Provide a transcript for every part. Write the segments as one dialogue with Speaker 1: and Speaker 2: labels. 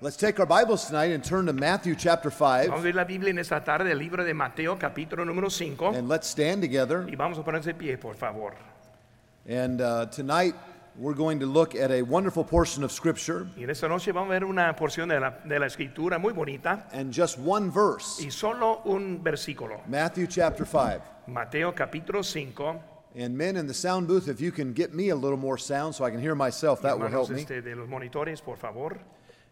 Speaker 1: Let's take our Bibles tonight and turn to Matthew chapter 5.
Speaker 2: Vamos a ir la Biblia en esta tarde, el libro de Mateo, capítulo número 5.
Speaker 1: And let's stand together.
Speaker 2: Y vamos a ponerse de pie, por favor.
Speaker 1: And uh, tonight we're going to look at a wonderful portion of Scripture
Speaker 2: Y en esta noche vamos a ver una porción de la, de la escritura muy bonita
Speaker 1: and just one verse
Speaker 2: y solo un versículo.
Speaker 1: Matthew chapter 5.
Speaker 2: Mateo, capítulo 5.
Speaker 1: And men in the sound booth, if you can get me a little more sound so I can hear myself, that will help
Speaker 2: Manos
Speaker 1: me.
Speaker 2: este, de los monitores, por favor.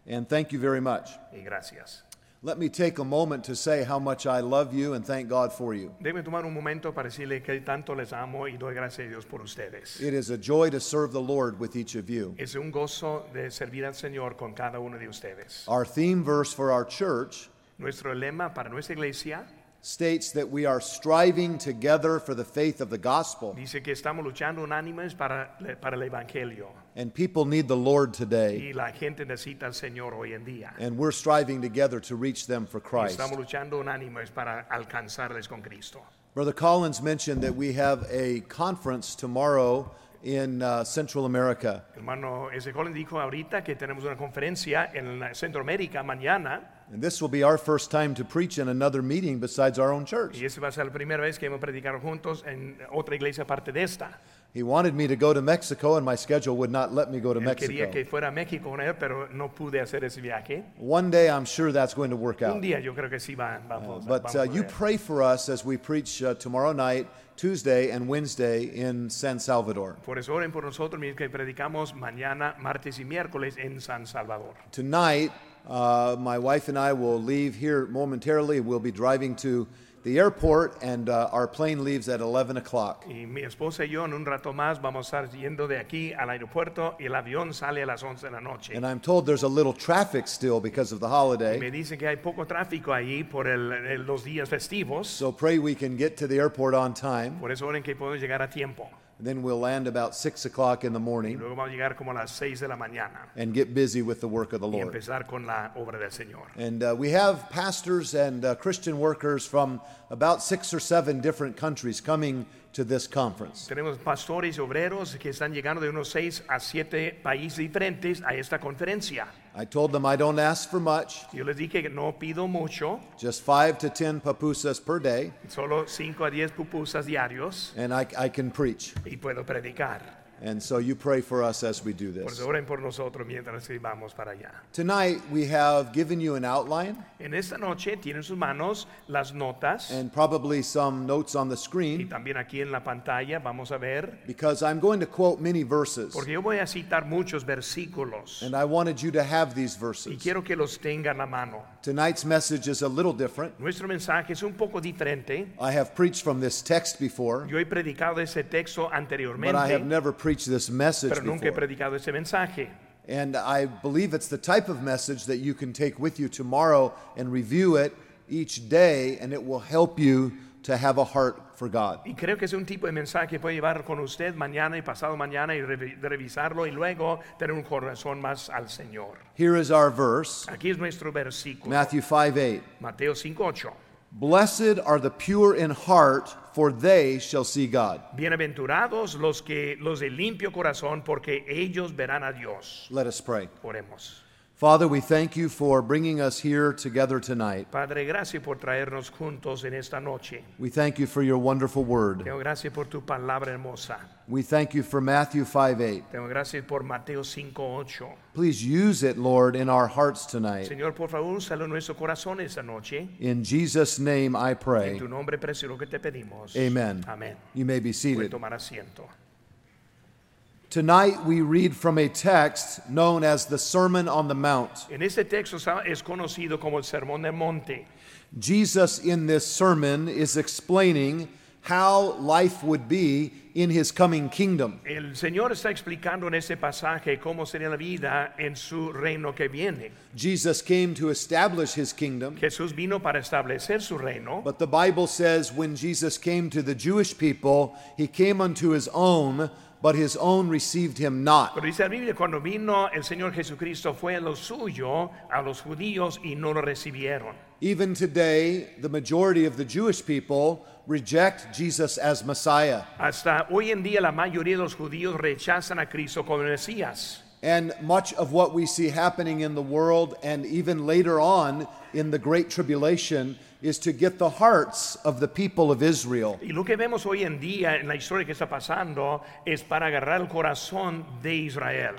Speaker 1: And thank you very much.
Speaker 2: Y gracias.
Speaker 1: Let me take a moment to say how much I love you and thank God for you.
Speaker 2: Debe tomar un momento para decirle que tanto les amo y doy gracias a Dios por ustedes.
Speaker 1: It is a joy to serve the Lord with each of you.
Speaker 2: Es un gozo de servir al Señor con cada uno de ustedes.
Speaker 1: Our theme verse for our church
Speaker 2: Nuestro lema para nuestra iglesia
Speaker 1: states that we are striving together for the faith of the gospel.
Speaker 2: dice que estamos luchando unánimes para, para el Evangelio.
Speaker 1: And people need the Lord today,
Speaker 2: Y la gente necesita al Señor hoy en día.
Speaker 1: and we're striving together to reach them for Christ.
Speaker 2: Estamos luchando unánimes para alcanzarles con Cristo.
Speaker 1: Brother Collins mentioned that we have a conference tomorrow in uh, Central America,
Speaker 2: Hermano ese Collins dijo ahorita que tenemos una conferencia en la Centroamérica mañana
Speaker 1: and this will be our first time to preach in another meeting besides our own church.
Speaker 2: y esa va a ser la primera vez que hemos predicado juntos en otra iglesia aparte de esta.
Speaker 1: He wanted me to go to Mexico, and my schedule would not let me go to
Speaker 2: Él quería
Speaker 1: Mexico.
Speaker 2: que fuera a México con él, pero no pude hacer ese viaje.
Speaker 1: One day, I'm sure that's going to work
Speaker 2: Un
Speaker 1: out.
Speaker 2: día yo creo que sí va, vamos,
Speaker 1: But
Speaker 2: vamos
Speaker 1: uh,
Speaker 2: a
Speaker 1: you
Speaker 2: ver.
Speaker 1: pray for us as we preach uh, tomorrow night, Tuesday, and Wednesday in San Salvador.
Speaker 2: Por eso oren por nosotros mientras que predicamos mañana, martes y miércoles en San Salvador.
Speaker 1: Tonight, uh, my wife and I will leave here momentarily. We'll be driving to the airport, and uh, our plane leaves at 11 o'clock.
Speaker 2: Y mi esposa y yo en un rato más vamos a estar yendo de aquí al aeropuerto y el avión sale a las 11 de la noche.
Speaker 1: And I'm told there's a little traffic still because of the
Speaker 2: Me
Speaker 1: holiday.
Speaker 2: dicen que hay poco tráfico ahí por el- el- los días festivos.
Speaker 1: So pray we can get to the airport on time.
Speaker 2: Por eso oren que podemos llegar a tiempo.
Speaker 1: Then we'll land about 6 o'clock in the morning
Speaker 2: Luego vamos a llegar como a las 6 de la mañana
Speaker 1: and get busy with the work of the
Speaker 2: y
Speaker 1: Lord.
Speaker 2: empezar con la obra del Señor.
Speaker 1: And uh, we have pastors and uh, Christian workers from about six or seven different countries coming to this conference.
Speaker 2: Tenemos pastores y obreros que están llegando de unos 6 a 7 países diferentes a esta conferencia.
Speaker 1: I told them I don't ask for much,
Speaker 2: Yo les dije que no pido mucho,
Speaker 1: just five to 10 papusas per day.
Speaker 2: solo 5 a 10 pupusas diarios
Speaker 1: and I, I can preach.
Speaker 2: y puedo predicar.
Speaker 1: And so you pray for us as we do
Speaker 2: Por
Speaker 1: this.
Speaker 2: eso oren por nosotros mientras que vamos para allá.
Speaker 1: Tonight, we have given you an outline
Speaker 2: En esta noche tienen en sus manos las notas.
Speaker 1: and probably some notes on the
Speaker 2: Y
Speaker 1: screen
Speaker 2: también aquí en la pantalla vamos a ver,
Speaker 1: because I'm going to quote many verses.
Speaker 2: porque yo voy a citar muchos versículos
Speaker 1: And I wanted you to have these
Speaker 2: y
Speaker 1: verses.
Speaker 2: quiero que los tengan a mano.
Speaker 1: Tonight's message is a little different.
Speaker 2: Nuestro mensaje es un poco diferente.
Speaker 1: I have preached from this text before,
Speaker 2: Yo he predicado este texto
Speaker 1: but I have
Speaker 2: anteriormente,
Speaker 1: never preached this message
Speaker 2: pero nunca he
Speaker 1: before.
Speaker 2: predicado este mensaje.
Speaker 1: And I believe it's the type of message that you can take with you tomorrow and review it each day, and it will help you to have a heart for God.
Speaker 2: Y creo que es un tipo de mensaje que puede llevar con usted mañana y pasado mañana y revi- revisarlo y luego tener un corazón más al Señor.
Speaker 1: Here is our verse
Speaker 2: Aquí es nuestro versículo,
Speaker 1: Matthew 5 8.
Speaker 2: Mateo 5.8.
Speaker 1: Blessed are the pure in heart, for they shall see God.
Speaker 2: Bienaventurados los que los de limpio corazón, porque ellos verán a Dios.
Speaker 1: Let us pray.
Speaker 2: Oremos.
Speaker 1: Father, we thank you for bringing us here together tonight.
Speaker 2: Padre, gracias por traernos juntos en esta noche.
Speaker 1: We thank you for your wonderful word.
Speaker 2: Tengo gracias por tu palabra hermosa.
Speaker 1: We thank you for Matthew 5 8.
Speaker 2: Tengo gracias por Mateo 5:8.
Speaker 1: Please use it, Lord, in our hearts tonight.
Speaker 2: Señor, por favor, úsalo en nuestro corazón esta noche.
Speaker 1: In Jesus' name I
Speaker 2: En
Speaker 1: pray.
Speaker 2: tu nombre precioso que te pedimos.
Speaker 1: Amen.
Speaker 2: Amén.
Speaker 1: You may be
Speaker 2: Puede
Speaker 1: seated.
Speaker 2: tomar asiento.
Speaker 1: Tonight we read from a text known as the Sermon on the Mount.
Speaker 2: En este texto sa- es conocido como el Sermón del Monte.
Speaker 1: Jesus in this sermon is explaining how life would be in his coming kingdom.
Speaker 2: El Señor está explicando en este pasaje cómo sería la vida en su reino que viene.
Speaker 1: Jesus came to establish his kingdom,
Speaker 2: Jesús vino para establecer su reino,
Speaker 1: but the Bible says when Jesus came to the Jewish people, he came unto his own, but his own received him not.
Speaker 2: Pero dice la Biblia, cuando vino el Señor Jesucristo fue a lo suyo, a los judíos, y no lo recibieron.
Speaker 1: Even today, the majority of the Jewish people reject Jesus as Messiah.
Speaker 2: Hasta hoy en día la mayoría de los judíos rechazan a Cristo como Mesías.
Speaker 1: And much of what we see happening in the world and even later on in the Great Tribulation is to get the hearts of the people of Israel.
Speaker 2: Y lo que vemos hoy en día en la historia que está pasando es para agarrar el corazón de Israel.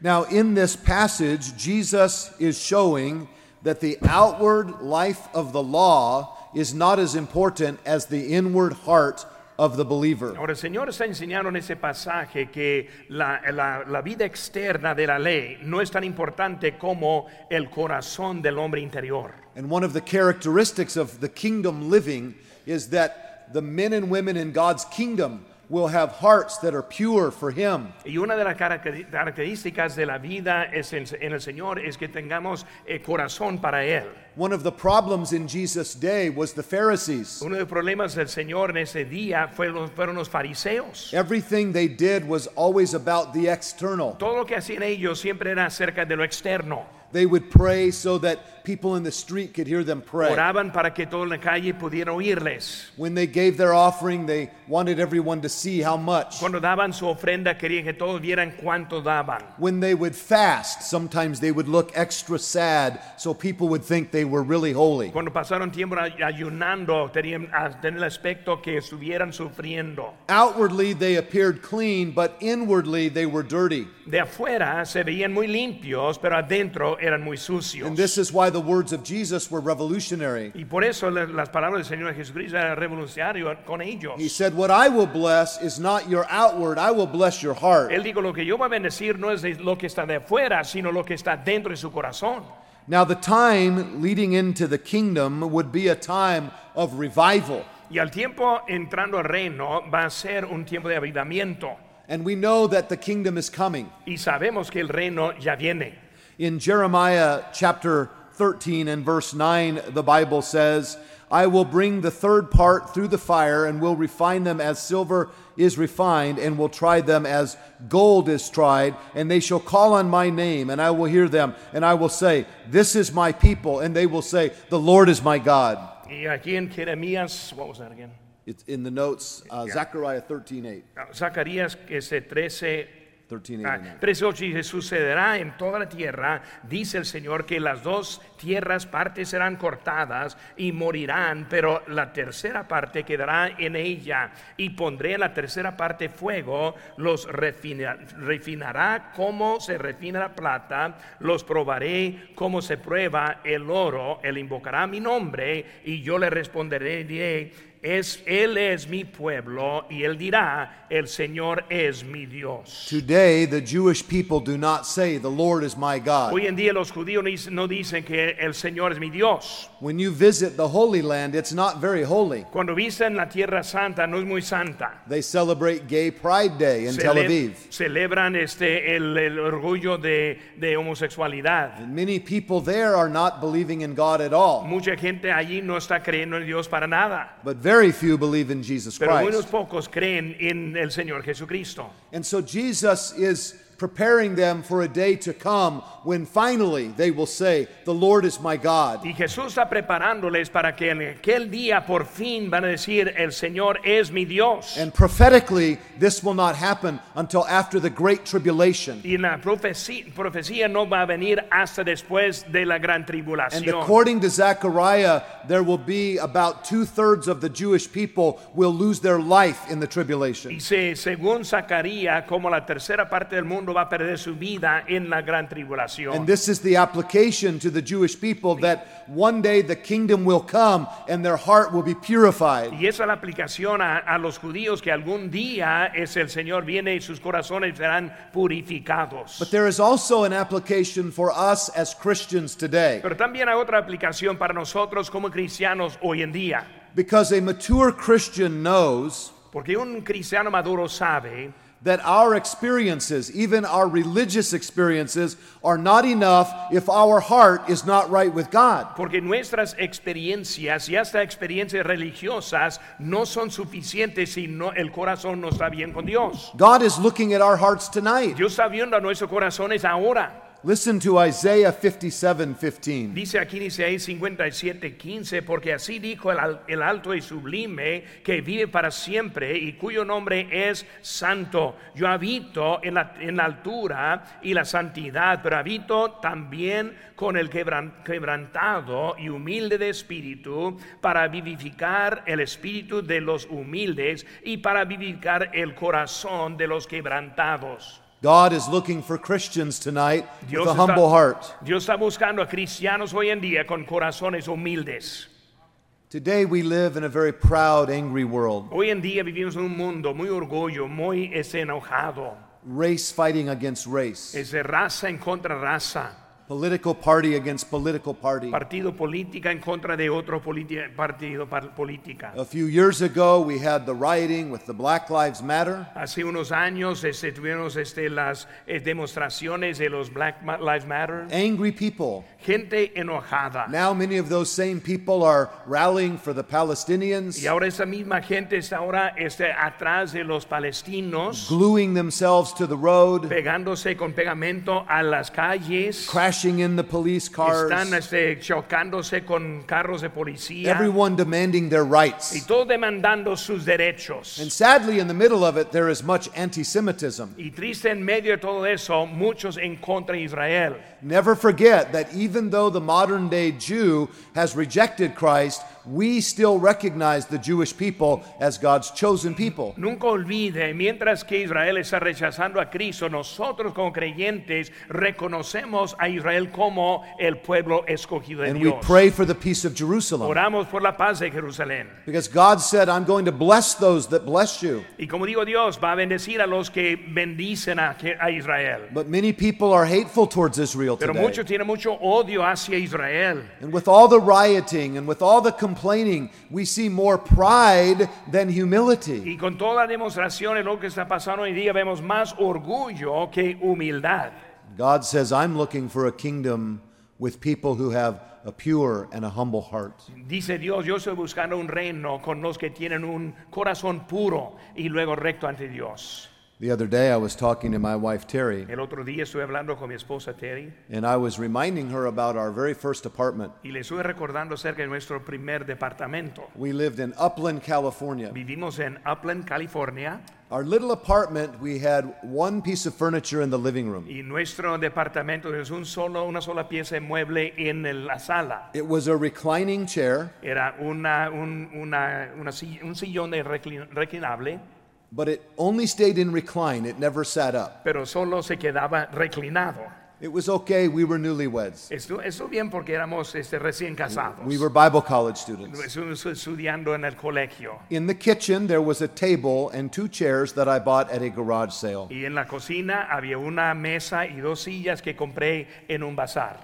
Speaker 1: Now, in this passage, Jesus is showing that the outward life of the law is not as important as the inward heart of the believer.
Speaker 2: Ahora el Señor está enseñando en ese pasaje que la, la- la vida externa de la ley no es tan importante como el corazón del hombre interior.
Speaker 1: And one of the characteristics of the kingdom living is that the men and women in God's kingdom will have hearts that are pure for Him.
Speaker 2: Y una de las caracteri- características de la vida es en, en el Señor es que tengamos eh, corazón para Él.
Speaker 1: One of the problems in Jesus' day was the Pharisees.
Speaker 2: Uno de los problemas del Señor en ese día fueron, fueron los fariseos.
Speaker 1: Everything they did was always about the external.
Speaker 2: Todo lo que hacían ellos siempre era acerca de lo externo.
Speaker 1: They would pray so that people in the street could hear them pray.
Speaker 2: Oraban para que toda la calle pudiera oírles.
Speaker 1: When they gave their offering, they wanted everyone to see how much.
Speaker 2: Cuando daban su ofrenda querían que todos vieran cuánto daban.
Speaker 1: When they would fast, sometimes they would look extra sad so people would think they were really holy.
Speaker 2: Cuando pasaron tiempo ay- ayunando, tenían, a- tenían el aspecto que estuvieran sufriendo.
Speaker 1: Outwardly, they appeared clean, but inwardly, they were dirty.
Speaker 2: De afuera se veían muy limpios, pero adentro eran muy sucios.
Speaker 1: And this is why the words of Jesus were revolutionary.
Speaker 2: Y por eso la- las palabras del Señor Jesucristo eran revolucionarias con ellos.
Speaker 1: He said, What I will bless is not your outward, I will bless your heart.
Speaker 2: Él dijo, lo que yo voy a bendecir no es de lo que está de afuera, sino lo que está dentro de su corazón.
Speaker 1: Now, the time leading into the kingdom would be a time of revival.
Speaker 2: Y al tiempo entrando al reino va a ser un tiempo de avivamiento.
Speaker 1: And we know that the kingdom is coming.
Speaker 2: Y sabemos que el reino ya viene.
Speaker 1: In Jeremiah chapter 13 and verse 9, the Bible says, I will bring the third part through the fire and will refine them as silver is refined and will try them as gold is tried. And they shall call on my name and I will hear them. And I will say, This is my people. And they will say, The Lord is my God.
Speaker 2: Y aquí en Jeremías, what was that again?
Speaker 1: It's in the notes, uh, Zechariah 13 8.
Speaker 2: Ah, Zacarías este, 13,
Speaker 1: 13
Speaker 2: Ah, 13:8 dice, sucederá en toda la tierra, dice el Señor, que las dos tierras partes serán cortadas y morirán, pero la tercera parte quedará en ella y pondré a la tercera parte fuego, los refina- refinará como se refina la plata, los probaré como se prueba el oro, él invocará mi nombre y yo le responderé, diré, es, él es mi pueblo y él dirá, el Señor es mi Dios.
Speaker 1: Today, the Jewish people do not say, The Lord is my God.
Speaker 2: Hoy en día los judíos no dic- no dicen que el Señor es mi Dios.
Speaker 1: When you visit the Holy Land, it's not very holy.
Speaker 2: Cuando visten la tierra santa no es muy santa.
Speaker 1: They celebrate Gay Pride Day in Tel
Speaker 2: Cele-
Speaker 1: Aviv.
Speaker 2: Celebran este, el, el orgullo de, de homosexualidad.
Speaker 1: And many people there are not believing in God at all,
Speaker 2: Mucha gente allí no está creyendo en Dios para nada.
Speaker 1: but very few believe in Jesus
Speaker 2: Pero unos
Speaker 1: Christ.
Speaker 2: pocos creen en el Señor Jesucristo.
Speaker 1: And so Jesus is preparing them for a day to come when finally they will say, The Lord is my God.
Speaker 2: Y Jesús está preparándoles para que en aquel día por fin van a decir, el Señor es mi Dios.
Speaker 1: And prophetically, this will not happen until after the Great Tribulation.
Speaker 2: y la profecía, profecía no va a venir hasta después de la gran
Speaker 1: And
Speaker 2: tribulación.
Speaker 1: according to Zechariah, there will be about two thirds of the Jewish people will lose their life in the tribulation.
Speaker 2: Y se- según Zacarías, como la tercera parte del mundo va a perder su vida en la gran
Speaker 1: And
Speaker 2: tribulación.
Speaker 1: this is the application to the Jewish people that one day the kingdom will come and their heart will be purified.
Speaker 2: Y esa es la aplicación a, a los judíos que algún día es el Señor viene y sus corazones serán purificados.
Speaker 1: But there is also an application for us as Christians today
Speaker 2: Pero también hay otra aplicación para nosotros como cristianos hoy en día.
Speaker 1: because a mature Christian knows
Speaker 2: Porque un cristiano maduro sabe
Speaker 1: that our experiences, even our religious experiences, are not enough if our heart is not right with God.
Speaker 2: Porque nuestras experiencias y hasta experiencias religiosas no son suficientes si no, el corazón no está bien con Dios.
Speaker 1: God is looking at our hearts tonight.
Speaker 2: Dios está viendo a nuestros corazones ahora.
Speaker 1: Listen to Isaiah 57 15.
Speaker 2: Dice aquí en Isaías 57, 15, porque así dijo el, al- el alto y sublime que vive para siempre y cuyo nombre es santo. Yo habito en la, en la altura y la santidad, pero habito también con el quebran- quebrantado y humilde de espíritu para vivificar el espíritu de los humildes y para vivificar el corazón de los quebrantados.
Speaker 1: God is looking for Christians tonight
Speaker 2: Dios
Speaker 1: with a
Speaker 2: está-
Speaker 1: humble heart.
Speaker 2: Dios está buscando a cristianos hoy en día con corazones humildes.
Speaker 1: Today we live in a very proud, angry world,
Speaker 2: Hoy en día vivimos en un mundo muy orgullo, muy ese enojado,
Speaker 1: race fighting against race,
Speaker 2: es de raza en contra raza,
Speaker 1: political party against political party.
Speaker 2: partido política en contra de otro politi- partido par- política.
Speaker 1: A few years ago, we had the rioting with the Black Lives Matter.
Speaker 2: Hace unos años este, tuvimos este, las eh, demostraciones de los Black Ma- Lives Matter,
Speaker 1: Angry people.
Speaker 2: gente enojada.
Speaker 1: Now, many of those same people are rallying for the
Speaker 2: Y
Speaker 1: Palestinians,
Speaker 2: ahora esa misma gente está ahora este, atrás de los palestinos,
Speaker 1: gluing themselves to the road,
Speaker 2: pegándose con pegamento a las calles.
Speaker 1: crashing in the police
Speaker 2: Están
Speaker 1: cars,
Speaker 2: este, chocándose con carros de policía.
Speaker 1: everyone demanding their
Speaker 2: y
Speaker 1: rights.
Speaker 2: todos demandando sus derechos.
Speaker 1: And sadly, in the middle of it, there is much anti Semitism.
Speaker 2: Y triste en medio de todo eso, muchos en contra de Israel.
Speaker 1: Never forget that even though the modern day Jew has rejected Christ, we still recognize the Jewish people as God's chosen people.
Speaker 2: Nunca olvide, mientras que Israel está rechazando a Cristo, nosotros como creyentes reconocemos a Israel como el pueblo escogido de
Speaker 1: And we
Speaker 2: Dios.
Speaker 1: pray for the peace of Jerusalem.
Speaker 2: Oramos por la paz de Jerusalén.
Speaker 1: Because God said, I'm going to bless those that bless you.
Speaker 2: Y como digo, Dios va a bendecir a los que bendicen a, Je- a Israel.
Speaker 1: But many people are hateful towards Israel
Speaker 2: Pero
Speaker 1: today.
Speaker 2: muchos tienen mucho odio hacia Israel.
Speaker 1: And with all the rioting and with all the complaining, we see more pride than humility.
Speaker 2: Y con toda la demostración de lo que está pasando hoy día, vemos más orgullo que humildad.
Speaker 1: God says, I'm looking for a kingdom with people who have a pure and a humble heart.
Speaker 2: Dice Dios, yo estoy buscando un reino con los que tienen un corazón puro y luego recto ante Dios.
Speaker 1: The other day, I was talking to my wife, Terry,
Speaker 2: El otro día estuve hablando con mi esposa Terry
Speaker 1: and I was reminding her about our very first apartment.
Speaker 2: y le estuve recordando acerca de nuestro primer departamento.
Speaker 1: We lived in Upland, California.
Speaker 2: Vivimos en Upland, California
Speaker 1: Our little apartment, we had one piece of furniture in the living room.
Speaker 2: y nuestro departamento es un solo, una sola pieza de mueble en el- la sala.
Speaker 1: It was a reclining chair,
Speaker 2: Era una, un, una- una si- un sillón de reclin- reclinable,
Speaker 1: but it only stayed in recline. It never sat up.
Speaker 2: pero solo se quedaba reclinado.
Speaker 1: It was okay. We were newlyweds.
Speaker 2: Esto, esto bien porque éramos este, recién casados.
Speaker 1: We were Bible college students.
Speaker 2: Estuvimos estudiando en el colegio
Speaker 1: In the kitchen, there was a table and two chairs that I bought at a garage sale.
Speaker 2: y en la cocina había una mesa y dos sillas que compré en un bazar.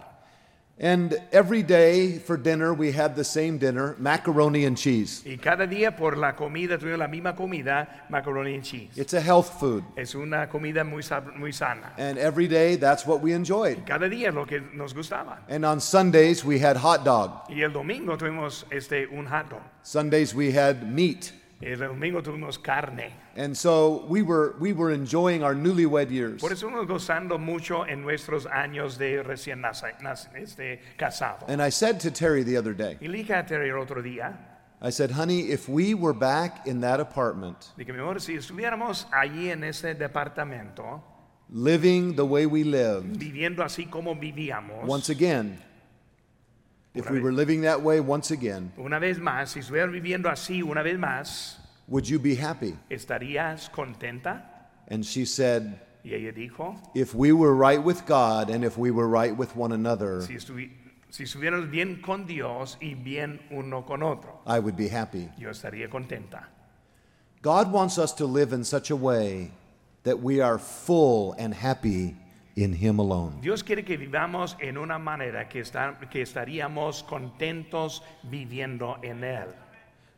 Speaker 1: And every day for dinner, we had the same dinner macaroni and cheese.
Speaker 2: Y cada día por la comida tuvimos la misma comida, macaroni and cheese.
Speaker 1: It's a health food.
Speaker 2: Es una comida muy, sab- muy sana.
Speaker 1: And every day, that's what we enjoyed.
Speaker 2: Cada día es lo que nos gustaba.
Speaker 1: And on Sundays, we had hot dog.
Speaker 2: Y el domingo tuvimos este, un hot dog.
Speaker 1: Sundays, we had meat.
Speaker 2: El domingo tuvimos carne.
Speaker 1: And so we were, we were enjoying our newlywed years.
Speaker 2: Por eso estamos gozando mucho en nuestros años de recién nace- nace- este, casado.
Speaker 1: And I said to Terry the other day,
Speaker 2: Y le dije a Terry el otro día,
Speaker 1: I said, honey, if we were back in that apartment,
Speaker 2: De que, mi amor, si estuviéramos allí en ese departamento,
Speaker 1: living the way we live,
Speaker 2: viviendo así como vivíamos,
Speaker 1: once again, if we were living that way once again,
Speaker 2: una vez más, si estuvieras viviendo así una vez más,
Speaker 1: would you be happy?
Speaker 2: ¿estarías contenta?
Speaker 1: And she said,
Speaker 2: Y ella dijo,
Speaker 1: if we were right with God and if we were right with one another,
Speaker 2: si, estuvi- si estuviéramos bien con Dios y bien uno con otro,
Speaker 1: I would be happy.
Speaker 2: yo estaría contenta.
Speaker 1: God wants us to live in such a way that we are full and happy in Him alone.
Speaker 2: Dios quiere que vivamos en una manera que, está- que estaríamos contentos viviendo en Él.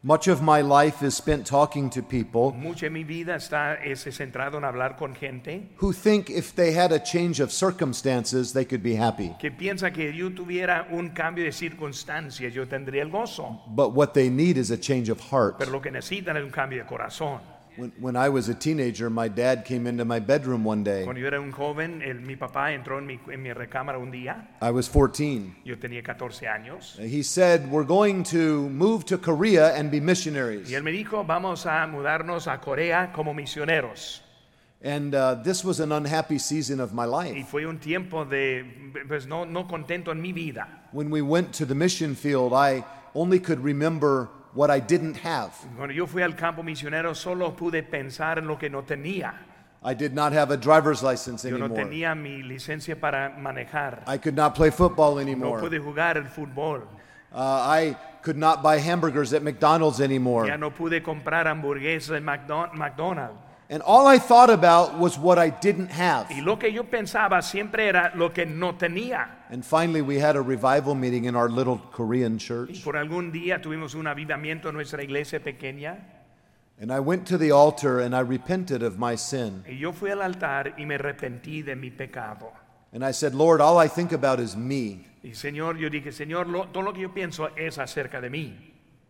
Speaker 1: Much of my life is spent talking to people
Speaker 2: Mucha de mi vida está ese, centrado en hablar con gente
Speaker 1: who think if they had a change of circumstances, they could be happy.
Speaker 2: que piensa que yo tuviera un cambio de circunstancias, yo tendría el gozo.
Speaker 1: But what they need is a change of heart.
Speaker 2: Pero lo que necesitan es un cambio de corazón.
Speaker 1: When, when I was a teenager, my dad came into my bedroom one day.
Speaker 2: Cuando yo era un joven, el- mi papá entró en mi, en mi recámara un día,
Speaker 1: I was 14.
Speaker 2: yo tenía 14 años,
Speaker 1: He said, We're going to move to Korea and be missionaries.
Speaker 2: y él me dijo, vamos a mudarnos a Corea como misioneros.
Speaker 1: And uh, this was an unhappy season of my
Speaker 2: Y
Speaker 1: life.
Speaker 2: fue un tiempo de, pues no, no contento en mi vida.
Speaker 1: When we went to the mission field, I only could remember what I didn't have.
Speaker 2: Cuando yo fui al campo misionero solo pude pensar en lo que no tenía.
Speaker 1: I did not have a driver's license
Speaker 2: Yo no
Speaker 1: anymore.
Speaker 2: tenía mi licencia para manejar.
Speaker 1: I could not play football
Speaker 2: No
Speaker 1: anymore.
Speaker 2: pude jugar el fútbol.
Speaker 1: Uh, I could not buy hamburgers at McDonald's
Speaker 2: Ya
Speaker 1: anymore.
Speaker 2: no pude comprar hamburguesas en McDon- McDonald's.
Speaker 1: And all I thought about was what I didn't have.
Speaker 2: Y lo que yo pensaba siempre era lo que no tenía.
Speaker 1: And finally, we had a revival meeting in our little Korean
Speaker 2: Y
Speaker 1: church.
Speaker 2: por algún día tuvimos un avivamiento en nuestra iglesia pequeña.
Speaker 1: And I went to the altar and I repented of my sin.
Speaker 2: Y yo fui al altar y me arrepentí de mi pecado.
Speaker 1: And I said, Lord, all I think about is me.
Speaker 2: Y Señor, yo dije, Señor, lo- todo lo que yo pienso es acerca de mí.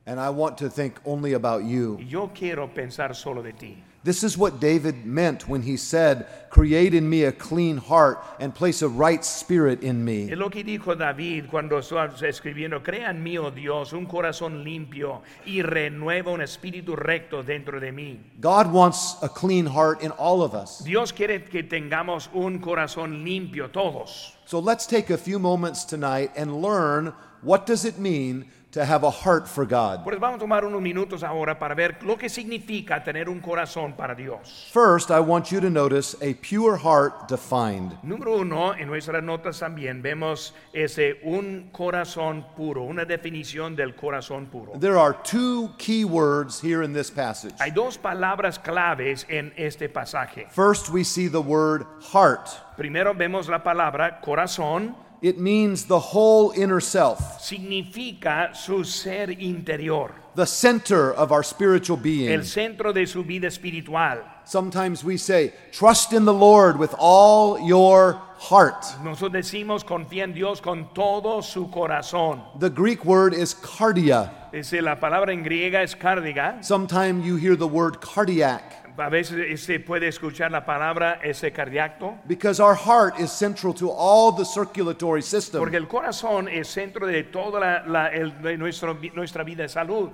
Speaker 1: And I want to think only about you.
Speaker 2: Y yo quiero pensar solo de ti.
Speaker 1: This is what David meant when he said, Create in me a clean heart and place a right spirit in me.
Speaker 2: Es lo que dijo David cuando estaba escribiendo, crea en mí, oh Dios, un corazón limpio y renueva un espíritu recto dentro de mí.
Speaker 1: God wants a clean heart in all of us.
Speaker 2: Dios quiere que tengamos un corazón limpio todos.
Speaker 1: So let's take a few moments tonight and learn what does it mean to have a heart for God.
Speaker 2: Pues vamos a tomar unos minutos ahora para ver lo que significa tener un corazón para Dios.
Speaker 1: First, I want you to notice a pure heart defined.
Speaker 2: Número uno, en nuestras notas también vemos ese un corazón puro, una definición del corazón puro.
Speaker 1: There are two key words here in this passage.
Speaker 2: Hay dos palabras claves en este pasaje.
Speaker 1: First, we see the word heart.
Speaker 2: Primero vemos la palabra corazón,
Speaker 1: It means the whole inner self,
Speaker 2: significa su ser interior,
Speaker 1: the center of our spiritual being.
Speaker 2: el centro de su vida espiritual.
Speaker 1: Sometimes we say, trust in the Lord with all your heart.
Speaker 2: Nosotros decimos confía en Dios con todo su corazón.
Speaker 1: The Greek word is cardia.
Speaker 2: Este, la palabra en griega es cardiga.
Speaker 1: Sometimes you hear the word cardiac
Speaker 2: A veces se puede escuchar la palabra ese cardíaco.
Speaker 1: because our heart is central to all the circulatory
Speaker 2: Porque
Speaker 1: system.
Speaker 2: el corazón es centro de toda la, la- el- de nuestro- nuestra vida de salud.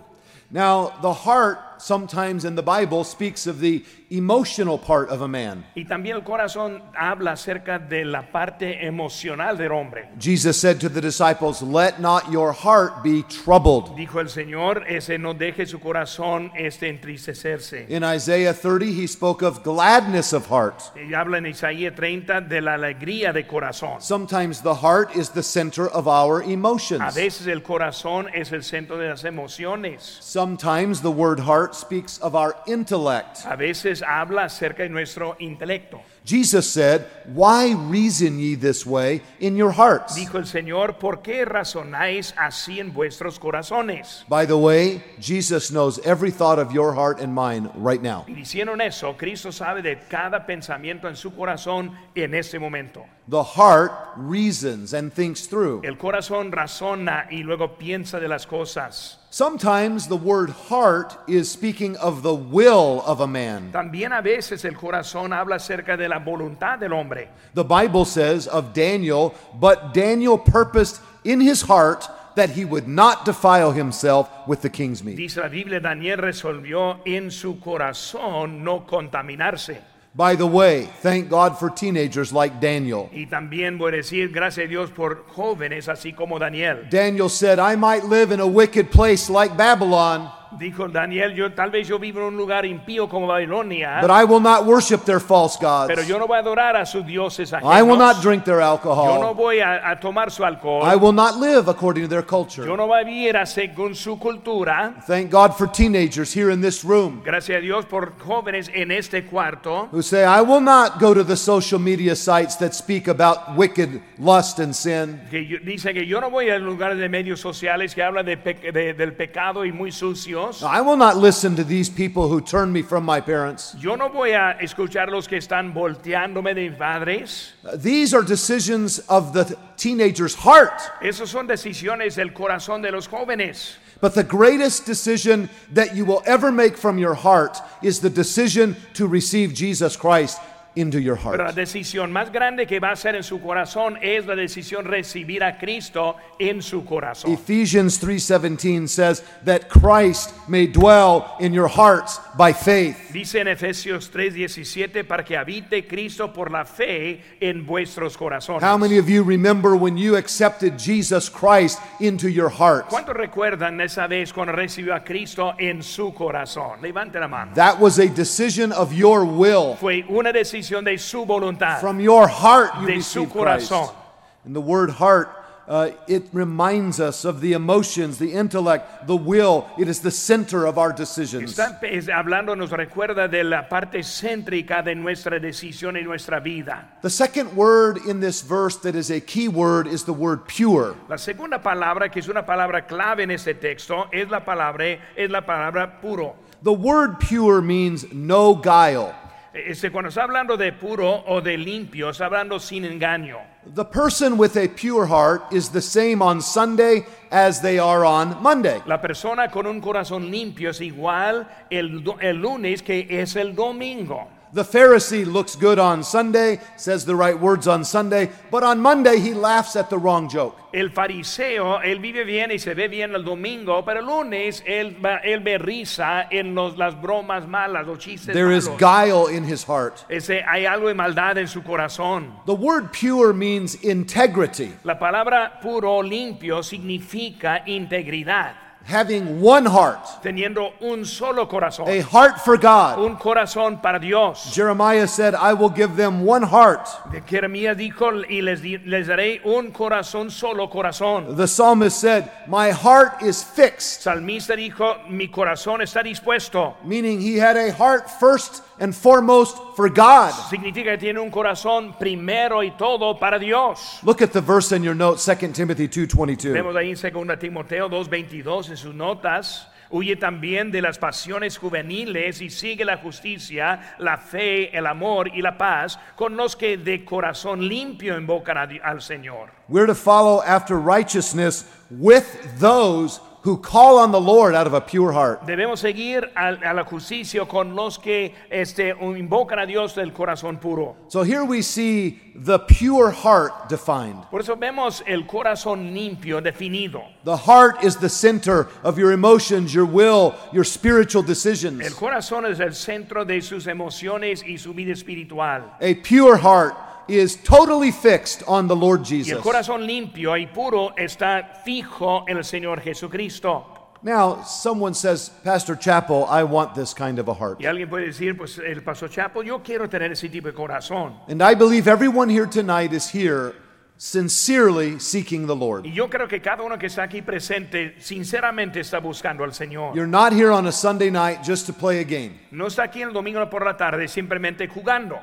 Speaker 1: Now, the heart sometimes in the Bible speaks of the emotional part of a man.
Speaker 2: Y también el corazón habla acerca de la parte emocional del hombre.
Speaker 1: Jesus said to the disciples, Let not your heart be troubled.
Speaker 2: Dijo el Señor, ese no deje su corazón este entristecerse.
Speaker 1: In Isaiah 30, he spoke of gladness of heart.
Speaker 2: Y habla en Isaías 30 de la alegría de corazón.
Speaker 1: Sometimes the heart is the center of our
Speaker 2: A
Speaker 1: emotions.
Speaker 2: veces el corazón es el centro de las emociones.
Speaker 1: Sometimes the word heart speaks of our intellect.
Speaker 2: A veces habla acerca de nuestro intelecto.
Speaker 1: Jesus said, Why reason ye this way in your hearts?
Speaker 2: Dijo el Señor, ¿por qué razonáis así en vuestros corazones?
Speaker 1: By the way, Jesus knows every thought of your heart and mine right now.
Speaker 2: Y diciendo eso, Cristo sabe de cada pensamiento en su corazón en este momento.
Speaker 1: The heart reasons and thinks through.
Speaker 2: El corazón razona y luego piensa de las cosas.
Speaker 1: Sometimes the word heart is speaking of the will of a man.
Speaker 2: También a veces el corazón habla acerca de la voluntad del hombre.
Speaker 1: The Bible says of Daniel, but Daniel purposed in his heart that he would not defile himself with the king's meat.
Speaker 2: Dice la Biblia, Daniel resolvió en su corazón no contaminarse.
Speaker 1: By the way, thank God for teenagers like Daniel.
Speaker 2: Y también voy a decir, gracias a Dios por jóvenes así como Daniel.
Speaker 1: Daniel said, I might live in a wicked place like Babylon,
Speaker 2: Dijo Daniel, yo tal vez yo vivo en un lugar impío como Babilonia,
Speaker 1: but I will not worship their false gods.
Speaker 2: pero yo no voy a adorar a sus dioses
Speaker 1: I will not
Speaker 2: ajenos.
Speaker 1: drink their
Speaker 2: Yo no
Speaker 1: alcohol.
Speaker 2: voy a, a tomar su alcohol.
Speaker 1: I will not live according to their
Speaker 2: Yo
Speaker 1: culture.
Speaker 2: no voy a vivir a según su cultura.
Speaker 1: Thank God for teenagers here in this room
Speaker 2: Gracias a Dios por jóvenes en este cuarto
Speaker 1: who say, I will not go to the social media sites that speak about wicked lust and sin.
Speaker 2: que yo- dice que yo no voy a lugares de medios sociales que hablan de pe- de- del pecado y muy sucio. ellos.
Speaker 1: I will not listen to these people who turn me from my parents.
Speaker 2: Yo no voy a escuchar los que están volteándome de mis padres.
Speaker 1: These are decisions of the teenager's heart.
Speaker 2: Esas son decisiones del corazón de los jóvenes.
Speaker 1: But the greatest decision that you will ever make from your heart is the decision to receive Jesus Christ into your
Speaker 2: Pero la
Speaker 1: heart.
Speaker 2: decisión más grande que va a hacer en su corazón es la decisión recibir a Cristo en su corazón.
Speaker 1: Ephesians 3:17 says that Christ may dwell in your hearts by faith.
Speaker 2: Dice en Efesios 3:17 para que habite Cristo por la fe en vuestros corazones.
Speaker 1: How many of you remember when you accepted Jesus Christ into your heart?
Speaker 2: ¿Cuántos recuerdan esa vez cuando recibió a Cristo en su corazón? Levante la mano.
Speaker 1: That was a decision of your will.
Speaker 2: Fue una decisión de su voluntad.
Speaker 1: From your heart you
Speaker 2: De
Speaker 1: receive
Speaker 2: su
Speaker 1: Christ.
Speaker 2: corazón.
Speaker 1: And the word heart uh, it reminds us of the emotions, the intellect, the will. It is the center of our decisions.
Speaker 2: Está es- hablando, nos recuerda de la parte céntrica de nuestra decisión y nuestra vida.
Speaker 1: The second word in this verse that is a key word is the word pure.
Speaker 2: La segunda palabra, que es una palabra clave en este texto, es la palabra, es la palabra puro.
Speaker 1: The word pure means no guile.
Speaker 2: Este, cuando está hablando de puro o de limpio, está hablando sin engaño.
Speaker 1: The person with a pure heart is the same on Sunday as they are on Monday.
Speaker 2: La persona con un corazón limpio es igual el, do- el lunes que es el domingo.
Speaker 1: The Pharisee looks good on Sunday, says the right words on Sunday, but on Monday he laughs at the wrong joke.
Speaker 2: El fariseo, él vive bien y se ve bien el domingo, pero el lunes él, va- él me risa en los, las bromas malas, los chistes
Speaker 1: There is
Speaker 2: malos.
Speaker 1: guile in his heart.
Speaker 2: Ese, hay algo de maldad en su corazón.
Speaker 1: The word pure means integrity,
Speaker 2: La palabra puro, limpio, significa integridad,
Speaker 1: having one heart,
Speaker 2: teniendo un solo corazón,
Speaker 1: a heart for God.
Speaker 2: un corazón para Dios.
Speaker 1: Jeremiah said, I will give them one heart.
Speaker 2: De Jeremías dijo, y les, di- les daré un corazón, solo corazón.
Speaker 1: The psalmist said, My heart is fixed,
Speaker 2: Salmista dijo, mi corazón está dispuesto.
Speaker 1: meaning he had a heart first and foremost for God.
Speaker 2: Significa que tiene un corazón primero y todo para Dios.
Speaker 1: Look at the verse in your note, 2 Timothy 2.22.
Speaker 2: Vemos ahí en 2 Timoteo 2:22 en sus notas. Huye también de las pasiones juveniles y sigue la justicia, la fe, el amor y la paz con los que de corazón limpio invocan a Di- al Señor.
Speaker 1: We're to follow after righteousness with those who call on the Lord out of a pure heart.
Speaker 2: Debemos seguir al- a, la justicia con los que este, invocan a Dios del corazón puro.
Speaker 1: So here we see the pure heart defined.
Speaker 2: Por eso vemos el corazón limpio definido.
Speaker 1: The heart is the center of your emotions, your will, your spiritual
Speaker 2: El
Speaker 1: decisions.
Speaker 2: corazón es el centro de sus emociones y su vida espiritual.
Speaker 1: A pure heart is totally fixed on the Lord
Speaker 2: Y el
Speaker 1: Jesus.
Speaker 2: corazón limpio y puro está fijo en el Señor Jesucristo.
Speaker 1: Now, someone says, Pastor Chapel, I want this kind of a heart.
Speaker 2: Y alguien puede decir, pues el pastor Chapo, yo quiero tener ese tipo de corazón.
Speaker 1: And I believe everyone here tonight is here sincerely seeking the Lord.
Speaker 2: Y yo creo que cada uno que está aquí presente sinceramente está buscando al Señor.
Speaker 1: You're not here on a Sunday night just to play a game.
Speaker 2: No está aquí el domingo por la tarde simplemente jugando.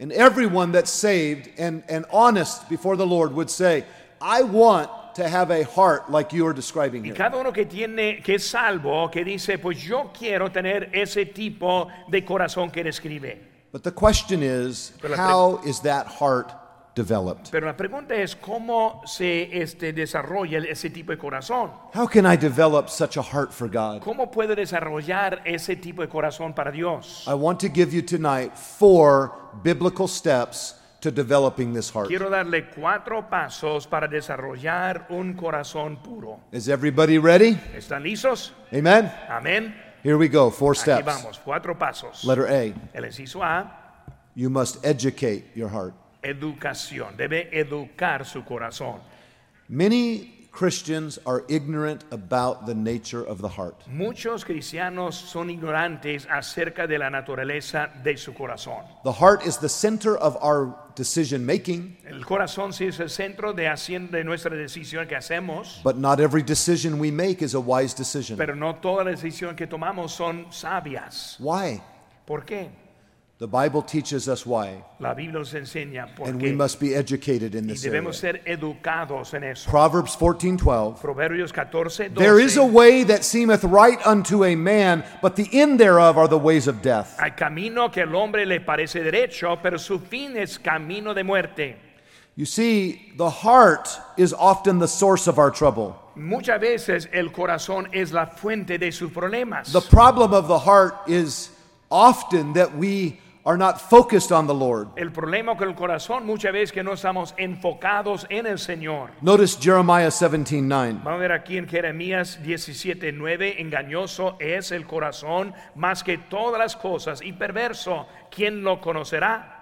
Speaker 1: And everyone that's saved and, and honest before the Lord would say, I want to have a heart like you are describing
Speaker 2: Y
Speaker 1: here.
Speaker 2: cada uno que tiene que es salvo, que dice, pues yo quiero tener ese tipo de corazón que describe.
Speaker 1: But the question is,
Speaker 2: Pero la
Speaker 1: how is that heart developed?
Speaker 2: Pero la pregunta es cómo se este, desarrolla ese tipo de corazón.
Speaker 1: How can I develop such a heart for God?
Speaker 2: ¿Cómo puede desarrollar ese tipo de corazón para Dios?
Speaker 1: I want to give you tonight four biblical steps to developing this heart.
Speaker 2: Quiero darle cuatro pasos para desarrollar un corazón puro.
Speaker 1: Is everybody ready?
Speaker 2: ¿Están listos?
Speaker 1: Amen.
Speaker 2: Amén.
Speaker 1: Here we go. Four
Speaker 2: Aquí
Speaker 1: steps.
Speaker 2: vamos, cuatro pasos.
Speaker 1: Letter A.
Speaker 2: El inciso A,
Speaker 1: You must educate your heart.
Speaker 2: educación. Debe educar su corazón.
Speaker 1: Many Christians are ignorant about the nature of the heart.
Speaker 2: Muchos cristianos son ignorantes acerca de la naturaleza de su corazón.
Speaker 1: The heart is the center of our decision making,
Speaker 2: El corazón sí es el centro de, hacien- de nuestra decisión que hacemos,
Speaker 1: but not every decision we make is a wise decision.
Speaker 2: pero no todas las decisiones que tomamos son sabias.
Speaker 1: Why?
Speaker 2: ¿Por qué?
Speaker 1: The Bible teaches us why,
Speaker 2: La Biblia nos enseña por
Speaker 1: and we
Speaker 2: qué
Speaker 1: must be educated in
Speaker 2: y
Speaker 1: this area.
Speaker 2: debemos ser educados en eso.
Speaker 1: Proverbs 14:12.
Speaker 2: Proverbios 14, 12.
Speaker 1: There is a way that seemeth right unto a man, but the end thereof are the ways of death.
Speaker 2: Hay camino que al hombre le parece derecho, pero su fin es camino de muerte.
Speaker 1: You see, the heart is often the source of our trouble.
Speaker 2: Muchas veces el corazón es la fuente de sus problemas.
Speaker 1: The problem of the heart is often that we are not focused on the Lord.
Speaker 2: El problema con el corazón muchas veces que no estamos enfocados en el Señor.
Speaker 1: Notice Jeremiah 17:9.
Speaker 2: Vamos a ver aquí en Jeremías 17:9, engañoso es el corazón más que todas las cosas y perverso, ¿quién lo conocerá?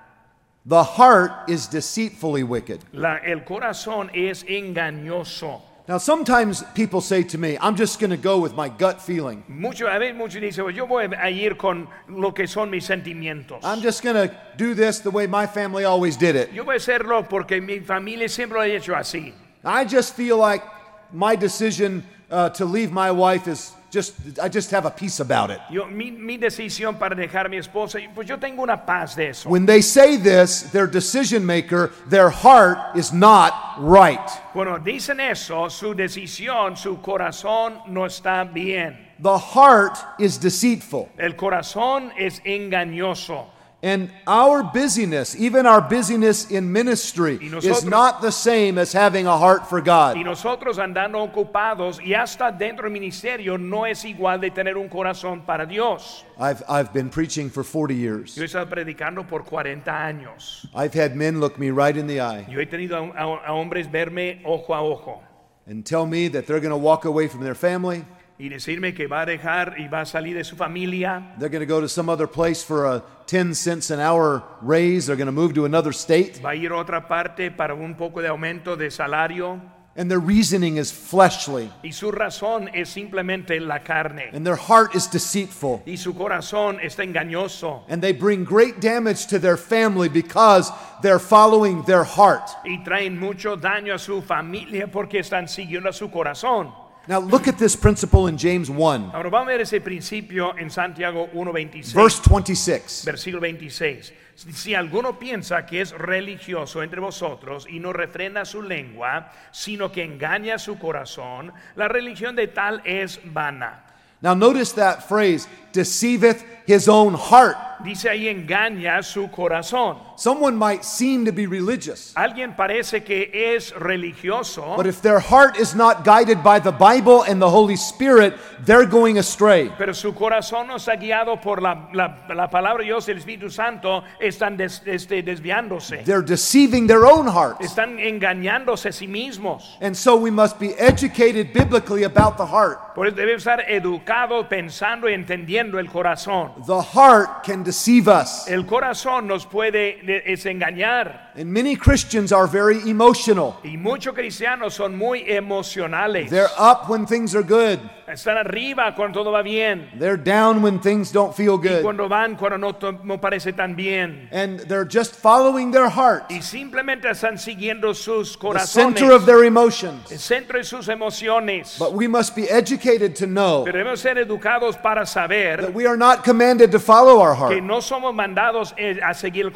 Speaker 1: The heart is deceitfully wicked.
Speaker 2: La- el corazón es engañoso.
Speaker 1: Now, sometimes people say to me, I'm just going to go with my gut feeling.
Speaker 2: Mucho, a veces muchos dicen, "Bueno, yo voy a ir con lo que son mis sentimientos.
Speaker 1: I'm just going to do this the way my family always did it.
Speaker 2: Yo voy a hacerlo porque mi familia siempre lo ha hecho así.
Speaker 1: I just feel like my decision uh, to leave my wife is just, I just have a peace about it.
Speaker 2: Yo, mi, mi decisión para dejar a mi esposa, pues yo tengo una paz de eso.
Speaker 1: When they say this, their decision maker, their heart is not right.
Speaker 2: Cuando dicen eso, su decisión, su corazón no está bien.
Speaker 1: The heart is deceitful.
Speaker 2: El corazón es engañoso.
Speaker 1: And our busyness, even our busyness in ministry,
Speaker 2: Y nosotros-
Speaker 1: is not the same as having a heart for
Speaker 2: Y
Speaker 1: God.
Speaker 2: nosotros andando ocupados y hasta dentro del ministerio no es igual de tener un corazón para Dios.
Speaker 1: I've, I've been preaching for 40 years.
Speaker 2: Yo he estado predicando por 40 años.
Speaker 1: I've had men look me right in the eye
Speaker 2: Yo he tenido a, a- a hombres verme ojo a ojo
Speaker 1: and tell me that they're going to walk away from their family,
Speaker 2: y decirme que va a dejar y va a salir de su familia,
Speaker 1: they're going to go to some other place for a 10 cents an hour raise, they're going to move to another state,
Speaker 2: va a ir a otra parte para un poco de aumento de salario
Speaker 1: and their reasoning is fleshly,
Speaker 2: y su razón es simplemente la carne.
Speaker 1: and their heart is deceitful.
Speaker 2: y su corazón está engañoso
Speaker 1: And they bring great damage to their family because they're following their heart.
Speaker 2: y traen mucho daño a su familia porque están siguiendo a su corazón.
Speaker 1: Now, look at this principle in James 1,
Speaker 2: Ahora vamos a ver ese principio en Santiago 1:26,
Speaker 1: verse 26.
Speaker 2: versículo 26. Si si alguno piensa que es religioso entre vosotros y no refrena su lengua, sino que engaña su corazón, la religión de tal es vana.
Speaker 1: Now, notice that phrase deceiveth his own heart.
Speaker 2: Dice ahí engaña su corazón.
Speaker 1: Someone might seem to be religious,
Speaker 2: Alguien parece que es religioso,
Speaker 1: but if their heart is not guided by the Bible and the Holy Spirit, they're going astray.
Speaker 2: Pero su corazón no está guiado por la, la- la palabra de Dios, el Espíritu Santo, están des- este, desviándose.
Speaker 1: They're deceiving their own hearts.
Speaker 2: Están engañándose a sí mismos.
Speaker 1: And so we must be educated biblically about the heart.
Speaker 2: Por eso debe estar educado pensando y entendiendo el corazón.
Speaker 1: The heart can deceive us.
Speaker 2: El corazón nos puede de- desengañar
Speaker 1: And many Christians are very emotional.
Speaker 2: y muchos cristianos son muy emocionales.
Speaker 1: They're up when things are good,
Speaker 2: Están arriba cuando todo va bien,
Speaker 1: they're down when things don't feel good.
Speaker 2: cuando van cuando no, to- no parece tan bien.
Speaker 1: And they're just following their heart,
Speaker 2: Y simplemente están siguiendo sus
Speaker 1: the
Speaker 2: corazones,
Speaker 1: center of their emotions.
Speaker 2: el centro de sus emociones.
Speaker 1: But we must be educated to know
Speaker 2: Pero debemos ser educados para
Speaker 1: that
Speaker 2: saber
Speaker 1: we are not commanded to follow our
Speaker 2: que
Speaker 1: heart.
Speaker 2: no somos mandados eh, a seguir
Speaker 1: We
Speaker 2: el
Speaker 1: are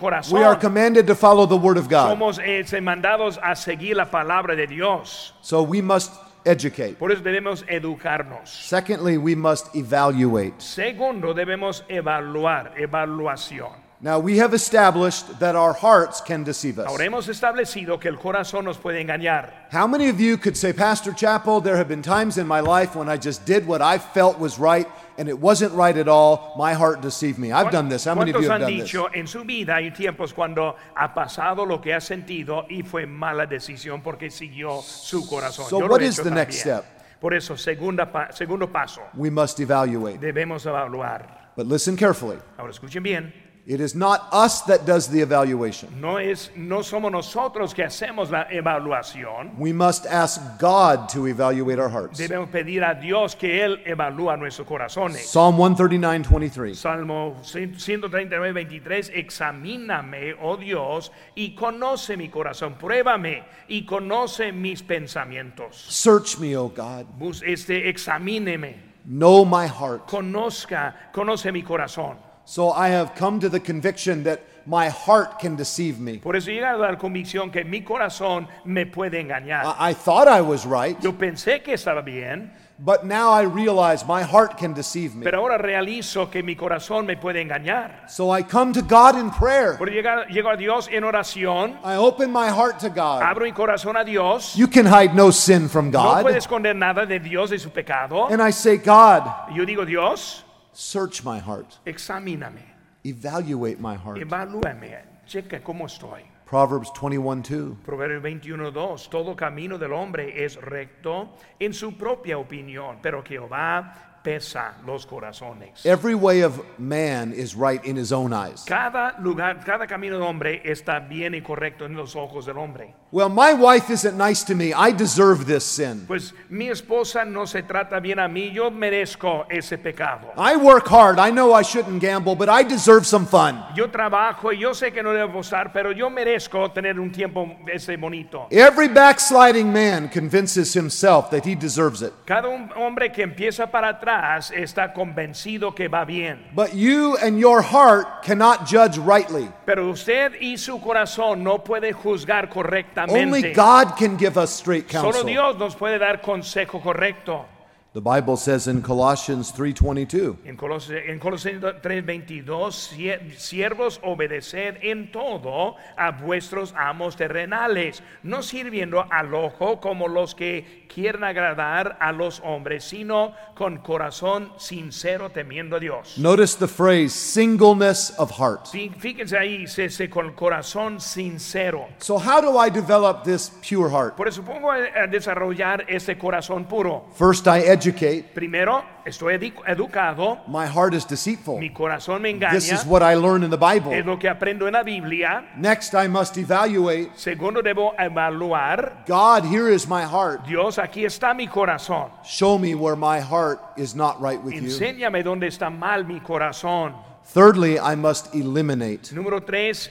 Speaker 2: corazón.
Speaker 1: commanded to follow the Word of God.
Speaker 2: Somos eh, se- mandados a seguir la palabra de Dios.
Speaker 1: So we must educate.
Speaker 2: Por eso debemos educarnos.
Speaker 1: Secondly, we must evaluate.
Speaker 2: Segundo, debemos evaluar, evaluación.
Speaker 1: Now, we have established that our hearts can deceive us.
Speaker 2: Ahora hemos establecido que el corazón nos puede engañar.
Speaker 1: How many of you could say, Pastor Chapel, there have been times in my life when I just did what I felt was right and it wasn't right at all? My heart deceived me. I've done this. How many of
Speaker 2: ¿Cuántos
Speaker 1: you have
Speaker 2: han
Speaker 1: done this?
Speaker 2: dicho en su vida hay tiempos cuando ha pasado lo que ha sentido y fue mala decisión porque siguió su corazón?
Speaker 1: So
Speaker 2: Yo lo
Speaker 1: what
Speaker 2: he
Speaker 1: is
Speaker 2: hecho
Speaker 1: the next
Speaker 2: también.
Speaker 1: step?
Speaker 2: Por eso, segunda pa- segundo paso.
Speaker 1: We must evaluate.
Speaker 2: debemos evaluar.
Speaker 1: But listen carefully.
Speaker 2: Ahora escuchen bien,
Speaker 1: It is not us that does the evaluation.
Speaker 2: no es no somos nosotros que hacemos la evaluación.
Speaker 1: We must ask God to evaluate our hearts.
Speaker 2: Debemos pedir a Dios que él evalúa nuestros corazones.
Speaker 1: Psalm 139 23.
Speaker 2: Salmo 139, 23, examíname, oh Dios, y conoce mi corazón, pruébame y conoce mis pensamientos.
Speaker 1: Search me, O God.
Speaker 2: Bus- Este, examíneme,
Speaker 1: Know my heart.
Speaker 2: conozca, conoce mi corazón.
Speaker 1: So I have come to the conviction that my heart can deceive me.
Speaker 2: Por eso he llegado a la convicción que mi corazón me puede engañar.
Speaker 1: I, I thought I was right,
Speaker 2: Yo pensé que estaba bien,
Speaker 1: but now I realize my heart can deceive me.
Speaker 2: pero ahora realizo que mi corazón me puede engañar.
Speaker 1: So I come to God in prayer.
Speaker 2: Por llegar, llego a Dios en oración,
Speaker 1: I open my heart to God.
Speaker 2: abro mi corazón a Dios,
Speaker 1: You can hide no sin from
Speaker 2: no puede
Speaker 1: God.
Speaker 2: esconder nada de Dios de su pecado.
Speaker 1: And I say, God,
Speaker 2: Y Yo digo, Dios,
Speaker 1: search my heart,
Speaker 2: examíname,
Speaker 1: evaluate my heart.
Speaker 2: evalúame, checa cómo estoy.
Speaker 1: Proverbs 21 2.
Speaker 2: Proverbios 21.2, todo camino del hombre es recto en su propia opinión, pero Jehová pesa los corazones.
Speaker 1: Every way of man is right in his own eyes.
Speaker 2: Cada lugar, cada camino del hombre está bien y correcto en los ojos del hombre.
Speaker 1: Well, my wife isn't nice to me. I deserve this sin.
Speaker 2: Pues mi esposa no se trata bien a mí, yo merezco ese pecado.
Speaker 1: I work hard. I know I shouldn't gamble, but I deserve some fun.
Speaker 2: Yo trabajo y yo sé que no debo apostar, pero yo merezco tener un tiempo ese bonito.
Speaker 1: Every backsliding man convinces himself that he deserves it.
Speaker 2: Cada un- hombre que empieza para atrás está convencido que va bien,
Speaker 1: But you and your heart cannot judge rightly.
Speaker 2: pero usted y su corazón no puede juzgar
Speaker 1: Only
Speaker 2: correctamente.
Speaker 1: God can give us straight
Speaker 2: Solo
Speaker 1: counsel.
Speaker 2: Dios nos puede dar consejo correcto.
Speaker 1: The Bible says in Colossians 3:22,
Speaker 2: En Colos- en Colosenses 3:22, sie- siervos obedeced en todo a vuestros amos terrenales, no sirviendo al ojo como los que quieren agradar a los hombres, sino con corazón sincero temiendo a Dios.
Speaker 1: notice the phrase singleness of heart.
Speaker 2: Fí- Fíjense ahí, se, se- con corazón sincero.
Speaker 1: So how do I develop this pure heart?
Speaker 2: Por eso pongo a, a desarrollar este corazón puro.
Speaker 1: First I educate.
Speaker 2: Primero, estoy edu- educado,
Speaker 1: My heart is deceitful.
Speaker 2: mi corazón me engaña,
Speaker 1: This is what I learn in the
Speaker 2: es
Speaker 1: Bible.
Speaker 2: lo que aprendo en la Biblia.
Speaker 1: Next I must evaluate.
Speaker 2: Segundo, debo evaluar.
Speaker 1: God, here is my heart.
Speaker 2: Dios, aquí está mi corazón.
Speaker 1: Show me where my heart is not right with you.
Speaker 2: Enséñame dónde está mal mi corazón.
Speaker 1: Thirdly, I must eliminate.
Speaker 2: Número tres,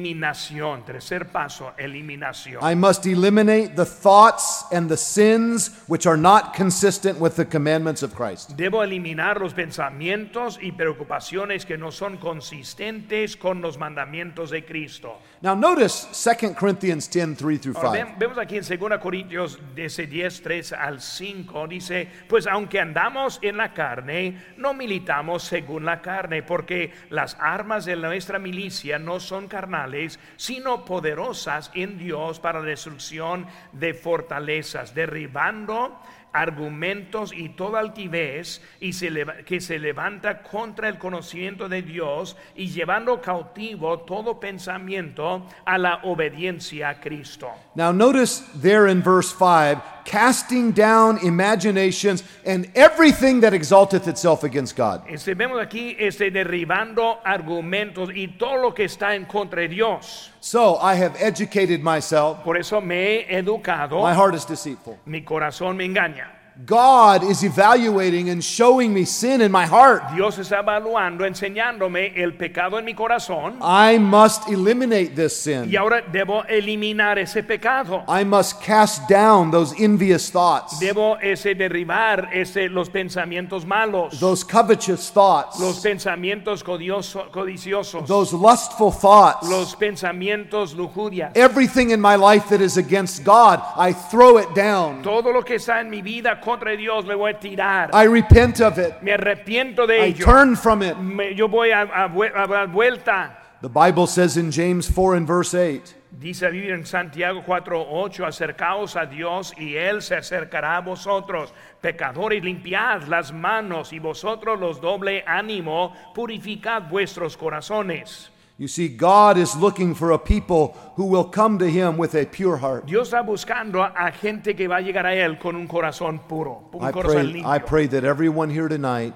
Speaker 2: eliminación. Tercer paso, eliminación.
Speaker 1: I must eliminate the thoughts and the sins which are not consistent with the commandments of Christ.
Speaker 2: Debo eliminar los pensamientos y preocupaciones que no son consistentes con los mandamientos de Cristo.
Speaker 1: Now notice 2 Corinthians 10, 3 through
Speaker 2: Ahora,
Speaker 1: 5.
Speaker 2: ve- vemos aquí en 2 Corintios 10, 10, 3 al 5, dice, pues aunque andamos en la carne, no militamos según la carne, porque las armas de nuestra milicia no son carnales, sino poderosas en Dios para la destrucción de fortalezas, derribando argumentos y toda altivez y se leva- que se levanta contra el conocimiento de Dios y llevando cautivo todo pensamiento a la obediencia a Cristo.
Speaker 1: Now notice there in verse 5, casting down imaginations and everything that exalteth itself against God.
Speaker 2: Este, vemos aquí este, derribando argumentos y todo lo que está en contra de Dios.
Speaker 1: So I have educated myself.
Speaker 2: Por eso me he educado,
Speaker 1: My heart is deceitful.
Speaker 2: mi corazón me engaña.
Speaker 1: God is evaluating and showing me sin in my heart.
Speaker 2: Dios está evaluando, enseñándome el pecado en mi corazón
Speaker 1: I must eliminate this sin.
Speaker 2: y ahora debo eliminar ese pecado.
Speaker 1: I must cast down those envious thoughts,
Speaker 2: Debo ese, derribar ese, los pensamientos malos,
Speaker 1: those covetous
Speaker 2: los
Speaker 1: thoughts,
Speaker 2: pensamientos codioso- codiciosos,
Speaker 1: those lustful thoughts.
Speaker 2: los pensamientos lujurias.
Speaker 1: Everything in my life that is against God, I throw it down.
Speaker 2: Todo lo que está en mi vida contra Dios le voy a tirar.
Speaker 1: I repent of it.
Speaker 2: Me arrepiento de
Speaker 1: I
Speaker 2: ello.
Speaker 1: turn from it.
Speaker 2: Me- yo voy a, a vue- a dar vuelta.
Speaker 1: The Bible says in James 4 and verse 8
Speaker 2: Dice la Biblia en Santiago 4:8, acercaos a Dios y Él se acercará a vosotros. Pecadores, limpiad las manos y vosotros los doble ánimo, purificad vuestros corazones.
Speaker 1: You see, God is looking for a people who will come to Him with a pure heart.
Speaker 2: Dios está buscando a- a gente que va a llegar a Él con un corazón puro, un
Speaker 1: I
Speaker 2: corazón
Speaker 1: pray, I
Speaker 2: limpio.
Speaker 1: pray that everyone here tonight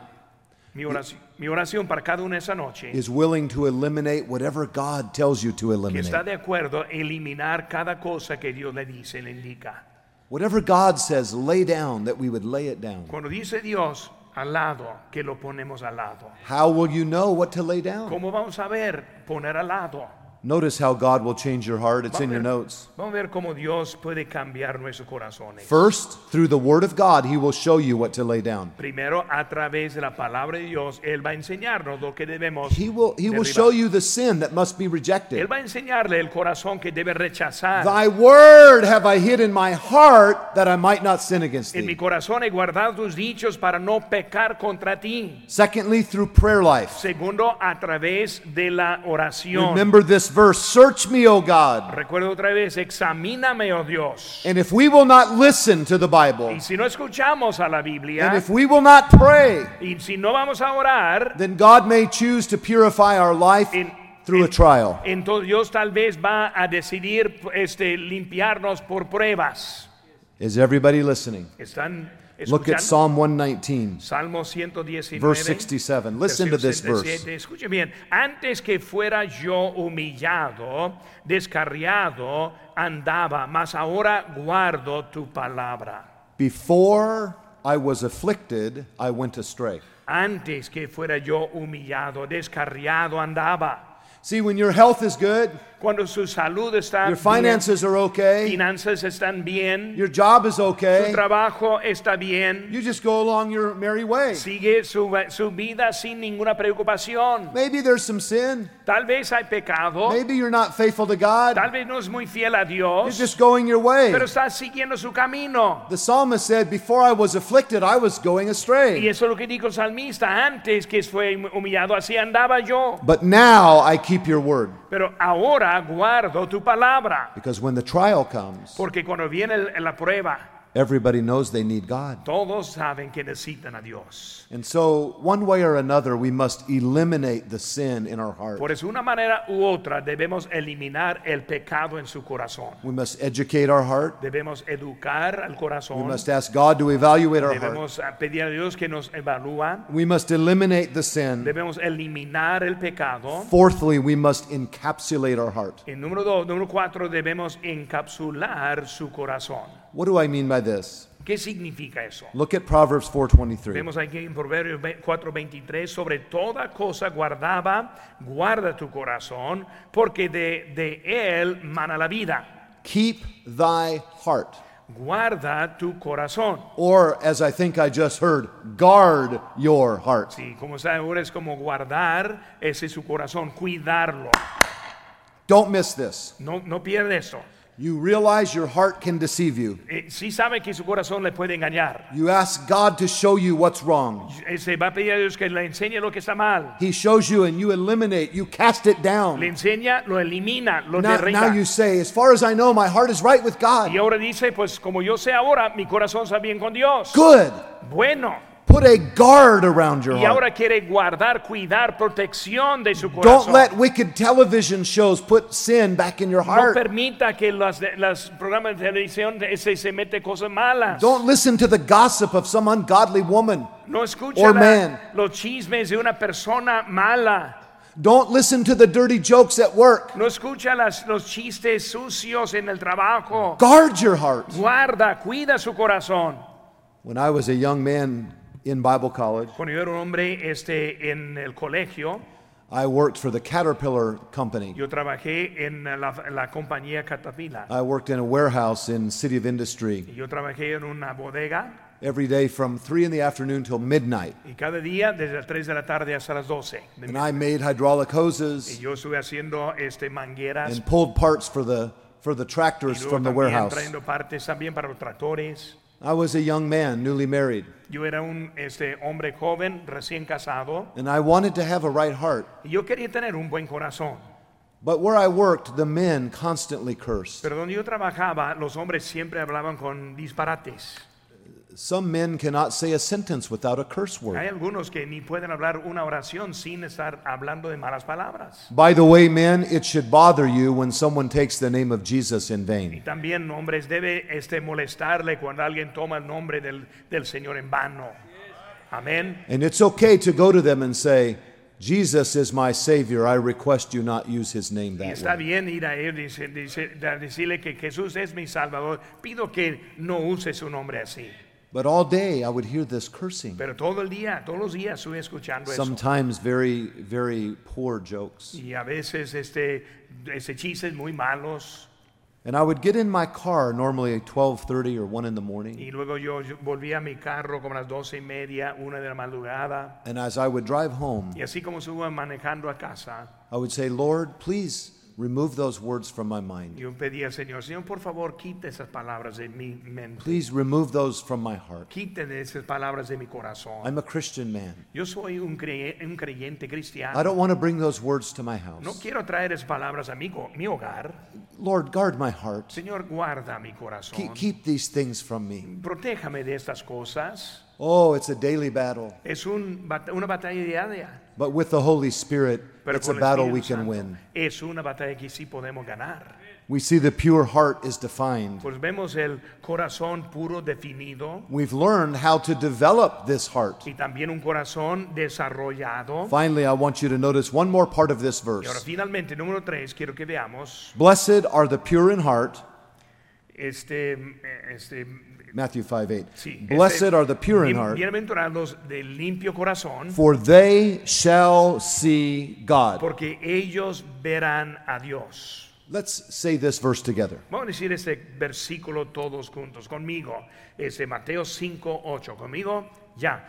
Speaker 2: Mi oración, mi oración para cada uno esa noche,
Speaker 1: is willing to eliminate whatever God tells you to
Speaker 2: que
Speaker 1: eliminate.
Speaker 2: está de acuerdo a eliminar cada cosa que Dios le dice, le indica.
Speaker 1: Whatever God says, lay down, that we would lay it down.
Speaker 2: Cuando dice Dios al lado, que lo ponemos al lado.
Speaker 1: How will you know what to lay down?
Speaker 2: ¿Cómo vamos a ver poner al lado?
Speaker 1: Notice how God will change your heart. It's in your notes.
Speaker 2: Vamos a ver cómo Dios puede cambiar nuestros corazones.
Speaker 1: First, through the Word of God, He will show you what to lay down.
Speaker 2: Primero, a través de la palabra de Dios, Él va a enseñarnos lo que debemos.
Speaker 1: He will, he will
Speaker 2: derribar.
Speaker 1: show you the sin that must be rejected.
Speaker 2: Él va a enseñarle el corazón que debe rechazar.
Speaker 1: Thy word have I hid in my heart that I might not sin against
Speaker 2: En mi
Speaker 1: thee.
Speaker 2: corazón he guardado tus dichos para no pecar contra ti.
Speaker 1: Secondly, through prayer life.
Speaker 2: Segundo, a través de la oración.
Speaker 1: Remember this verse Search me, O God.
Speaker 2: Recuerdo otra vez, examíname, oh Dios.
Speaker 1: And if we will not listen to the Bible,
Speaker 2: Y si no escuchamos a la Biblia,
Speaker 1: and if we will not pray,
Speaker 2: y si no vamos a orar,
Speaker 1: then God may choose to purify our life
Speaker 2: en-
Speaker 1: through a
Speaker 2: en-
Speaker 1: trial.
Speaker 2: Entonces Dios tal vez va a decidir este, limpiarnos por pruebas.
Speaker 1: Is everybody listening?
Speaker 2: ¿Están
Speaker 1: Look at
Speaker 2: escuchando?
Speaker 1: Psalm 119,
Speaker 2: Salmo 119.
Speaker 1: verse 67. Listen to this verse.
Speaker 2: 67. Escuche bien, antes que fuera yo humillado, descarriado, andaba, mas ahora guardo tu palabra.
Speaker 1: Before I was afflicted, I went astray.
Speaker 2: Antes que fuera yo humillado, descarriado, andaba.
Speaker 1: See, when your health is good,
Speaker 2: Cuando su salud está
Speaker 1: your
Speaker 2: bien,
Speaker 1: finances are okay,
Speaker 2: finanzas están bien,
Speaker 1: Your job is
Speaker 2: su
Speaker 1: okay.
Speaker 2: trabajo está bien,
Speaker 1: You just go along your merry way.
Speaker 2: sigue su, su vida sin ninguna preocupación.
Speaker 1: Maybe there's some sin.
Speaker 2: Tal vez hay pecado,
Speaker 1: Maybe you're not faithful to God.
Speaker 2: tal vez no es muy fiel a
Speaker 1: You're
Speaker 2: Dios.
Speaker 1: just going your way.
Speaker 2: pero está siguiendo su camino.
Speaker 1: The psalmist said, Before I was afflicted, I was going
Speaker 2: Y
Speaker 1: astray.
Speaker 2: eso es lo que dijo el salmista antes que fue humillado, así andaba yo.
Speaker 1: But now I keep your word.
Speaker 2: Pero ahora guardo tu palabra,
Speaker 1: Because when the trial comes,
Speaker 2: porque cuando viene el- la prueba,
Speaker 1: everybody knows they need God.
Speaker 2: todos saben que necesitan a Dios.
Speaker 1: And so, one way or another, we must eliminate the sin in our heart.
Speaker 2: Por e- eso, una manera u otra, debemos eliminar el pecado en su corazón.
Speaker 1: We must educate our heart.
Speaker 2: Debemos educar al
Speaker 1: We
Speaker 2: corazón.
Speaker 1: must ask God to evaluate our heart.
Speaker 2: Debemos ah, pedir a Dios que nos evalúa.
Speaker 1: We must eliminate the sin.
Speaker 2: Debemos eliminar el pecado.
Speaker 1: Fourthly, we must encapsulate our heart.
Speaker 2: En número dos, número cuatro, debemos encapsular su corazón.
Speaker 1: What do I mean by this?
Speaker 2: ¿Qué significa eso?
Speaker 1: Look at Proverbs 4:23.
Speaker 2: Vemos aquí en Proverbios ve- 4:23, sobre toda cosa guardaba, guarda tu corazón, porque de, de él mana la vida.
Speaker 1: Keep thy heart,
Speaker 2: Guarda tu corazón.
Speaker 1: or as I think I just heard, guard your heart.
Speaker 2: Sí, como está ahora es como guardar ese su corazón, cuidarlo.
Speaker 1: Don't miss this.
Speaker 2: No, no pierde eso.
Speaker 1: You realize your heart can deceive you.
Speaker 2: Si sabe que su corazón le puede engañar.
Speaker 1: You ask God to show you what's wrong.
Speaker 2: Eh, Se va a pedir a Dios que le enseñe lo que está mal.
Speaker 1: He shows you and you eliminate, you cast it
Speaker 2: Le
Speaker 1: down.
Speaker 2: enseña, lo elimina, lo
Speaker 1: Now, now
Speaker 2: derriba.
Speaker 1: you say, as far as I know, my heart is right with
Speaker 2: Y
Speaker 1: God.
Speaker 2: ahora dice, pues como yo sé ahora, mi corazón está bien con Dios.
Speaker 1: Good.
Speaker 2: Bueno.
Speaker 1: Put a guard around your
Speaker 2: Y
Speaker 1: heart.
Speaker 2: ahora quiere guardar, cuidar, protección de su
Speaker 1: Don't
Speaker 2: corazón.
Speaker 1: let wicked television shows put sin back in your
Speaker 2: no
Speaker 1: heart.
Speaker 2: permita que los las programas de televisión de- se, se mete cosas malas.
Speaker 1: Don't listen to the gossip of some ungodly woman.
Speaker 2: no escucha
Speaker 1: or
Speaker 2: la-
Speaker 1: man.
Speaker 2: los chismes de una persona mala.
Speaker 1: Don't listen to the dirty jokes at work.
Speaker 2: No escucha las, los chistes sucios en el trabajo.
Speaker 1: Guard your heart.
Speaker 2: Guarda, cuida su corazón.
Speaker 1: When I was a young man in Bible college,
Speaker 2: Cuando yo era un hombre este, en el colegio,
Speaker 1: I worked for the Caterpillar company.
Speaker 2: yo trabajé en la, la compañía Catapila.
Speaker 1: I worked in a warehouse in City of Industry
Speaker 2: Yo trabajé en una bodega
Speaker 1: every day from 3 in the afternoon till midnight.
Speaker 2: y cada día desde las 3 de la tarde hasta las 12 de
Speaker 1: And I made hydraulic
Speaker 2: Y
Speaker 1: hoses
Speaker 2: yo estuve haciendo este mangueras
Speaker 1: and pulled parts for the for the
Speaker 2: y
Speaker 1: tractors
Speaker 2: luego
Speaker 1: from the
Speaker 2: también
Speaker 1: warehouse.
Speaker 2: trayendo partes también para los tractores.
Speaker 1: I was a young man, newly married,
Speaker 2: Yo era un este hombre joven, recién casado,
Speaker 1: and I wanted to have a right heart.
Speaker 2: y yo quería tener un buen corazón.
Speaker 1: But where I worked, the men constantly cursed.
Speaker 2: Pero donde yo trabajaba, los hombres siempre hablaban con disparates.
Speaker 1: Some men cannot say a sentence without a curse word.
Speaker 2: Hay algunos que ni pueden hablar una oración sin estar hablando de malas palabras.
Speaker 1: By the way, men, it should bother you when someone takes the name of Jesus in
Speaker 2: Y
Speaker 1: vain.
Speaker 2: también hombres debe este molestarle cuando alguien toma el nombre del, del Señor en vano. Amén.
Speaker 1: And it's okay to go to them and say, Jesus is my Savior. I request you not use his name
Speaker 2: Y
Speaker 1: that
Speaker 2: está
Speaker 1: way.
Speaker 2: bien ir a él y dice- dice- a decirle que Jesús es mi Salvador. Pido que no use su nombre así.
Speaker 1: But all day I would hear this cursing,
Speaker 2: Pero todo el día, todos los días estuve escuchando eso.
Speaker 1: sometimes very, very poor jokes.
Speaker 2: Y a veces este, ese chistes muy malos.
Speaker 1: And I would get in my car normally at 12:30 or 1 in the morning.
Speaker 2: Y luego yo, yo volví a mi carro como a las doce y media, una de la madrugada.
Speaker 1: And as I would drive home,
Speaker 2: Y así como subo manejando a casa,
Speaker 1: I would say, "Lord, please remove those words from my mind.
Speaker 2: yo pedía al Señor, Señor, por favor, quite esas palabras de mi mente.
Speaker 1: Please remove those from my heart.
Speaker 2: Quite de esas palabras de mi corazón.
Speaker 1: I'm a Christian man.
Speaker 2: Yo soy un, crey- un creyente
Speaker 1: I
Speaker 2: cristiano.
Speaker 1: don't want to bring those words to my
Speaker 2: No
Speaker 1: house.
Speaker 2: quiero traer esas palabras a mi, co- mi hogar.
Speaker 1: Lord, guard my heart.
Speaker 2: Señor, guarda mi corazón.
Speaker 1: Keep, keep these things from me."
Speaker 2: Protéjame de estas cosas.
Speaker 1: Oh, it's a daily battle,
Speaker 2: Es un bat- una batalla diaria.
Speaker 1: but with the Holy Spirit,
Speaker 2: Pero
Speaker 1: it's a
Speaker 2: con el
Speaker 1: battle
Speaker 2: Espíritu
Speaker 1: we can
Speaker 2: Santo
Speaker 1: win.
Speaker 2: Es una batalla que sí podemos ganar.
Speaker 1: We see the pure heart is defined.
Speaker 2: Pues vemos el corazón puro definido
Speaker 1: We've learned how to develop this heart.
Speaker 2: y también un corazón desarrollado.
Speaker 1: Finally, I want you to notice one more part of this
Speaker 2: Y ahora
Speaker 1: verse.
Speaker 2: finalmente, número tres, quiero que veamos
Speaker 1: Blessed are the pure in heart,
Speaker 2: este, este
Speaker 1: Matthew 5 8.
Speaker 2: sí,
Speaker 1: Blessed
Speaker 2: este,
Speaker 1: are the pure in
Speaker 2: bien-
Speaker 1: heart,
Speaker 2: Bienaventurados de limpio corazón,
Speaker 1: for they shall see God.
Speaker 2: porque ellos verán a Dios.
Speaker 1: Let's say this verse together.
Speaker 2: Vamos a decir este versículo todos juntos conmigo. Este Mateo 5, 8. Conmigo, ya.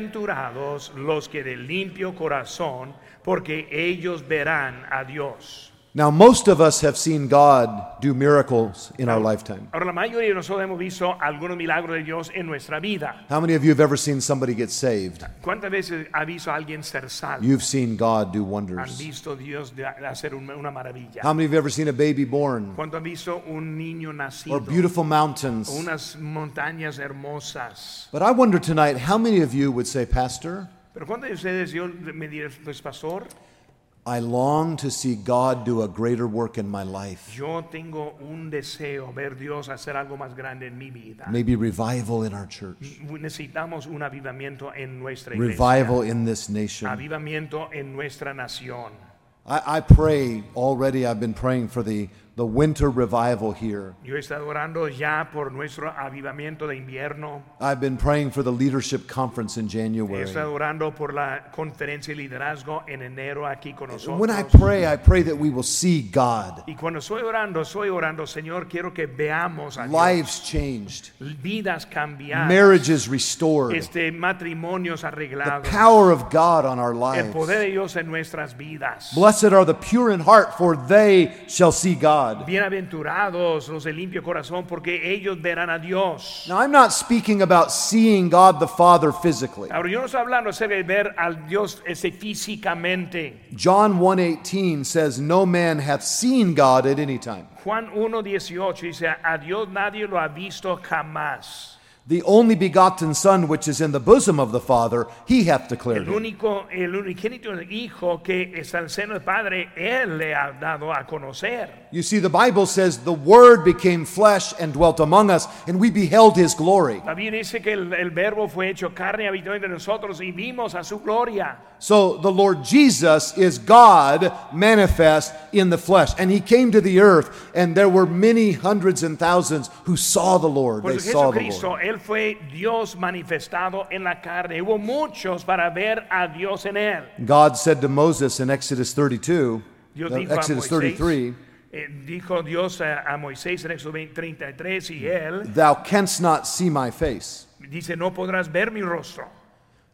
Speaker 2: Bienaventurados los que de limpio corazón, porque ellos verán a Dios.
Speaker 1: Now, most of us have seen God do miracles in our lifetime.
Speaker 2: Ahora, la mayoría de nosotros hemos visto algunos milagros de Dios en nuestra vida.
Speaker 1: How many of you have ever seen somebody get saved?
Speaker 2: ¿Cuántas veces ha visto a alguien ser salvo?
Speaker 1: You've seen God do
Speaker 2: Han
Speaker 1: wonders.
Speaker 2: visto a Dios de- hacer un- una maravilla.
Speaker 1: How many of you have ever seen a baby born
Speaker 2: ¿Cuánto han visto un niño
Speaker 1: or
Speaker 2: nacido?
Speaker 1: beautiful mountains?
Speaker 2: Unas montañas hermosas.
Speaker 1: But I wonder tonight how many of you would say, Pastor,
Speaker 2: Pero ¿cuántos de ustedes yo me diré, pues pastor,
Speaker 1: I long to see God do a greater work in my life.
Speaker 2: Yo tengo un deseo ver Dios hacer algo más grande en mi vida.
Speaker 1: Maybe revival in our church,
Speaker 2: Necesitamos un avivamiento en nuestra iglesia,
Speaker 1: revival in this nation.
Speaker 2: avivamiento en nuestra nación.
Speaker 1: I, I pray already, I've been praying for the, the winter revival here.
Speaker 2: Yo he estado orando ya por nuestro avivamiento de invierno.
Speaker 1: I've been praying for the leadership conference in
Speaker 2: He
Speaker 1: January.
Speaker 2: estado orando por la conferencia de liderazgo en enero aquí con
Speaker 1: And when I
Speaker 2: nosotros.
Speaker 1: pray, I pray that we will see God.
Speaker 2: Y cuando estoy orando, estoy orando, Señor, quiero que veamos a Dios.
Speaker 1: Lives changed,
Speaker 2: vidas cambiadas,
Speaker 1: marriages restored,
Speaker 2: este matrimonios
Speaker 1: the
Speaker 2: arreglados,
Speaker 1: power of God on our
Speaker 2: el poder
Speaker 1: lives.
Speaker 2: de Dios en nuestras vidas.
Speaker 1: Blessed are the pure in heart, for they shall see God.
Speaker 2: Bienaventurados los de limpio corazón, porque ellos verán a Dios.
Speaker 1: Now, I'm not speaking about seeing God the Father physically.
Speaker 2: Ahora, yo no estoy hablando acerca de ver al Dios este, físicamente.
Speaker 1: John 1:18 says, "No man hath seen God at any time."
Speaker 2: Juan 1.18 dice, a Dios nadie lo ha visto jamás.
Speaker 1: The only begotten Son, which is in the bosom of the Father, he hath declared.
Speaker 2: El
Speaker 1: Him.
Speaker 2: único, el unigénito Hijo que está en el seno del Padre, Él le ha dado a conocer.
Speaker 1: You see, the Bible says, "The Word became flesh and dwelt among us, and we beheld His glory."
Speaker 2: La Biblia dice que el, el verbo fue hecho carne y habitó entre nosotros y vimos a su gloria.
Speaker 1: So the Lord Jesus is God manifest in the flesh, and He came to the earth, and there were many hundreds and thousands who saw the Lord.
Speaker 2: Por
Speaker 1: They saw the Lord.
Speaker 2: Pues Jesucristo, Él fue Dios manifestado en la carne. Hubo muchos para ver a Dios en Él.
Speaker 1: God said to Moses in Exodus 32,
Speaker 2: Dios
Speaker 1: no,
Speaker 2: dijo
Speaker 1: Exodus
Speaker 2: a Moisés,
Speaker 1: 33,
Speaker 2: eh, dijo Dios a, a Moisés en Éxodo 20, 33 y Él
Speaker 1: Thou canst not see my face.
Speaker 2: dice, no podrás ver mi rostro.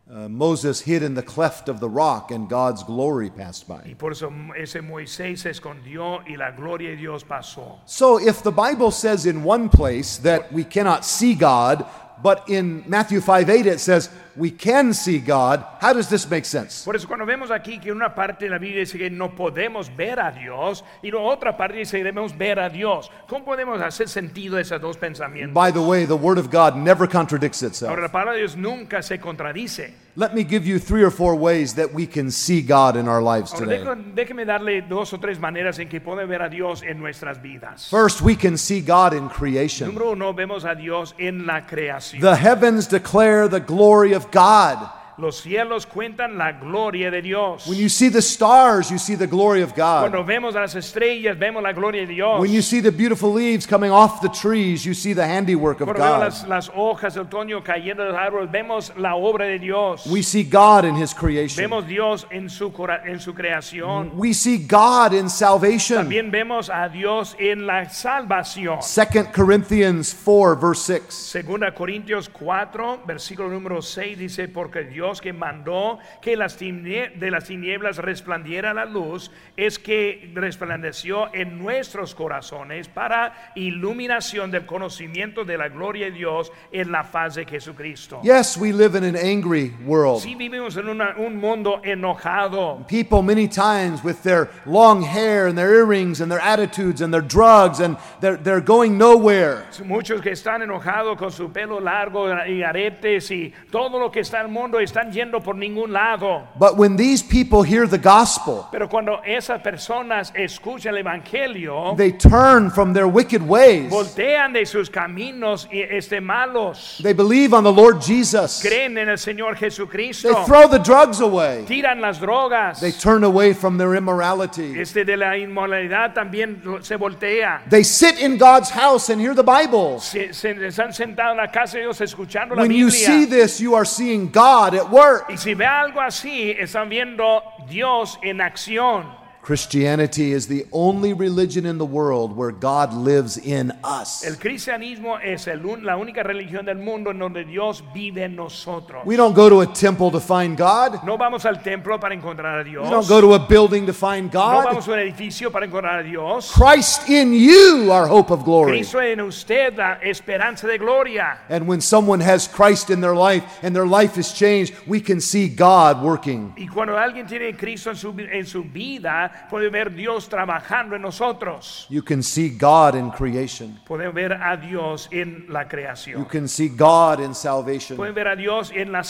Speaker 1: Uh, Moses hid in the cleft of the rock, and God's glory passed
Speaker 2: Y
Speaker 1: by.
Speaker 2: por eso ese Moisés se escondió y la gloria de Dios pasó.
Speaker 1: So if the Bible says in one place that we cannot see God, but in Matthew 5 8 it says we can see God, how does this make sense?
Speaker 2: Por eso cuando vemos aquí que una parte de la Biblia dice que no podemos ver a Dios y la otra parte dice que debemos ver a Dios. ¿Cómo podemos hacer sentido de esos dos pensamientos?
Speaker 1: By the way, the Word of God never contradicts itself.
Speaker 2: Ahora la palabra de Dios nunca se contradice.
Speaker 1: Let me give you three or four ways that we can see God in our lives
Speaker 2: Ahora,
Speaker 1: today.
Speaker 2: déjame- déjeme darle dos o tres maneras en que puede ver a Dios en nuestras vidas.
Speaker 1: First, we can see God in creation.
Speaker 2: Número uno, vemos a Dios en la creación.
Speaker 1: The heavens declare the glory of God.
Speaker 2: Los cielos cuentan la gloria de Dios.
Speaker 1: When you see the stars, you see the glory of God.
Speaker 2: Cuando vemos las estrellas, vemos la gloria de Dios.
Speaker 1: When you see the beautiful leaves coming off the trees, you see the handiwork of
Speaker 2: Cuando vemos
Speaker 1: God.
Speaker 2: las, las hojas de otoño cayendo de los árboles, vemos la obra de Dios.
Speaker 1: We see God in His creation.
Speaker 2: vemos Dios en su, cora- en su creación.
Speaker 1: We see God in salvation.
Speaker 2: También vemos a Dios en la salvación.
Speaker 1: 2 Corinthians 4, verse 6.
Speaker 2: Segunda Corintios 4, versículo número 6 dice, porque Dios que mandó que las timnie- de las tinieblas resplandiera la luz, es que resplandeció en nuestros corazones para iluminación del conocimiento de la gloria de Dios en la faz de Jesucristo.
Speaker 1: Yes, we live in an angry world.
Speaker 2: Sí vivimos en una- un mundo enojado.
Speaker 1: People, many times, with their long hair and their earrings and their attitudes and their drugs, and they're, they're going nowhere.
Speaker 2: Muchos que están enojados con su pelo largo y aretes y todo lo que está en el mundo están yendo por ningún lado.
Speaker 1: But when these people hear the gospel,
Speaker 2: Pero cuando esas personas escuchan el Evangelio,
Speaker 1: they turn from their wicked ways.
Speaker 2: voltean de sus caminos y, este, malos,
Speaker 1: They believe on the Lord Jesus. They
Speaker 2: creen en el Señor Jesucristo,
Speaker 1: throw the drugs away.
Speaker 2: tiran las drogas,
Speaker 1: They turn away from their immorality.
Speaker 2: este, de la inmoralidad también lo- se voltea.
Speaker 1: They sit in God's house and hear the Bible.
Speaker 2: Se, se- están sentados en la casa de Dios escuchando la
Speaker 1: When you
Speaker 2: Biblia.
Speaker 1: see this, you are seeing God at work.
Speaker 2: Y si ve algo así, están viendo Dios en acción.
Speaker 1: Christianity is the only religion in the world where God lives in us.
Speaker 2: El cristianismo es el un- la única religión del mundo en donde Dios vive en nosotros.
Speaker 1: We don't go to a temple to find God.
Speaker 2: No vamos al templo para encontrar a
Speaker 1: We don't
Speaker 2: Dios.
Speaker 1: go to a building to find
Speaker 2: No
Speaker 1: God.
Speaker 2: vamos a un edificio para encontrar a Dios.
Speaker 1: Christ in you, our hope of glory.
Speaker 2: Cristo en usted la esperanza de gloria.
Speaker 1: And when someone has Christ in their life and their life is changed, we can see God working.
Speaker 2: Y cuando alguien tiene a Cristo en su, vi- en su vida, puede ver Dios trabajando en nosotros.
Speaker 1: You can see God in creation.
Speaker 2: Puede ver a Dios en la
Speaker 1: You
Speaker 2: creación.
Speaker 1: can see God in
Speaker 2: Puede
Speaker 1: salvation.
Speaker 2: ver a Dios en la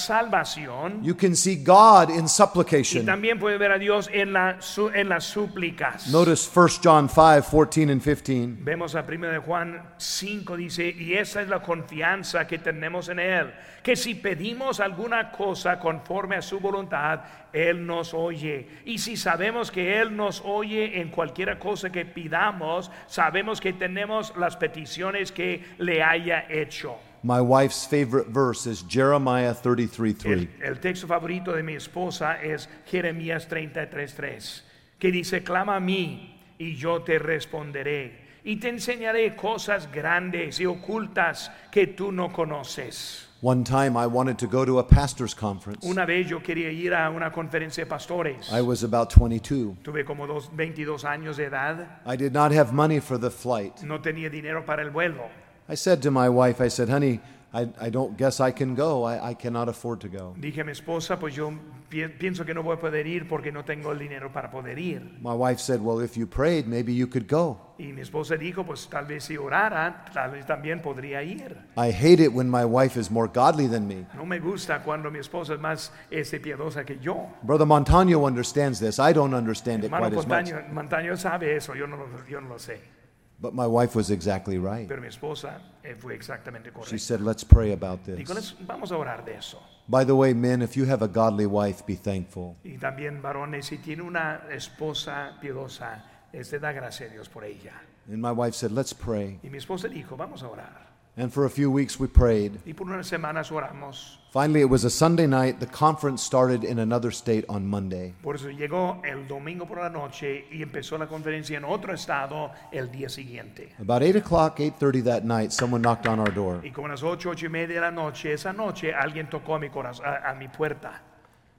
Speaker 2: salvación.
Speaker 1: You can see God in
Speaker 2: Y
Speaker 1: supplication.
Speaker 2: también puede ver a Dios en, la, su- en las súplicas.
Speaker 1: Notice 1 John 5 14 and 15.
Speaker 2: Vemos a 1 de Juan 5 dice, y esa es la confianza que tenemos en Él, que si pedimos alguna cosa conforme a su voluntad, Él nos oye. Y si sabemos que Él nos oye en cualquiera cosa que pidamos, sabemos que tenemos las peticiones que le haya hecho.
Speaker 1: My wife's favorite verse is Jeremiah 33 3.
Speaker 2: El, el texto favorito de mi esposa es Jeremías 33:3, que dice, clama a mí y yo te responderé y te enseñaré cosas grandes y ocultas que tú no conoces.
Speaker 1: One time I wanted to go to a pastor's conference.
Speaker 2: Una vez yo quería ir a una conferencia de pastores.
Speaker 1: I was about 22.
Speaker 2: Tuve como dos, 22 años de edad,
Speaker 1: I did not have money for the flight.
Speaker 2: no tenía dinero para el vuelo.
Speaker 1: I said to my wife, I said, honey, I, I don't guess I can go. I, I cannot afford to go.
Speaker 2: Dije a mi esposa, pues yo pi- pienso que no voy a poder ir porque no tengo el dinero para poder ir.
Speaker 1: My wife said, well, if you prayed, maybe you could go.
Speaker 2: Y mi esposa dijo, pues tal vez si orara, tal vez también podría ir.
Speaker 1: I hate it when my wife is more godly than me.
Speaker 2: No me gusta cuando mi esposa es más este, piadosa que yo.
Speaker 1: Brother Montano understands this. I don't understand it
Speaker 2: Hermano
Speaker 1: quite as much.
Speaker 2: Montaño, Montaño sabe eso, yo no, lo- yo no lo sé.
Speaker 1: But my wife was exactly right.
Speaker 2: Pero mi esposa eh, fue exactamente
Speaker 1: She
Speaker 2: correcta.
Speaker 1: said, let's pray about
Speaker 2: Y
Speaker 1: this.
Speaker 2: con eso vamos a orar de eso.
Speaker 1: By the way, men, if you have a godly wife, be thankful.
Speaker 2: Y también varones, si tiene una esposa piadosa, este da gracias a Dios por ella.
Speaker 1: And my wife said, Let's pray.
Speaker 2: Y mi esposa dijo, vamos a orar.
Speaker 1: And for a few weeks we prayed.
Speaker 2: Y por unas semanas oramos.
Speaker 1: Finally, it was a Sunday night. The conference started in another state on Monday.
Speaker 2: Por eso llegó el domingo por la noche y empezó la conferencia en otro estado el día siguiente.
Speaker 1: About 8 o'clock, 8.30 that night, someone knocked on our door.
Speaker 2: Y como a las ocho, ocho y media de la noche, esa noche alguien tocó a mi, corazón, a, a mi puerta.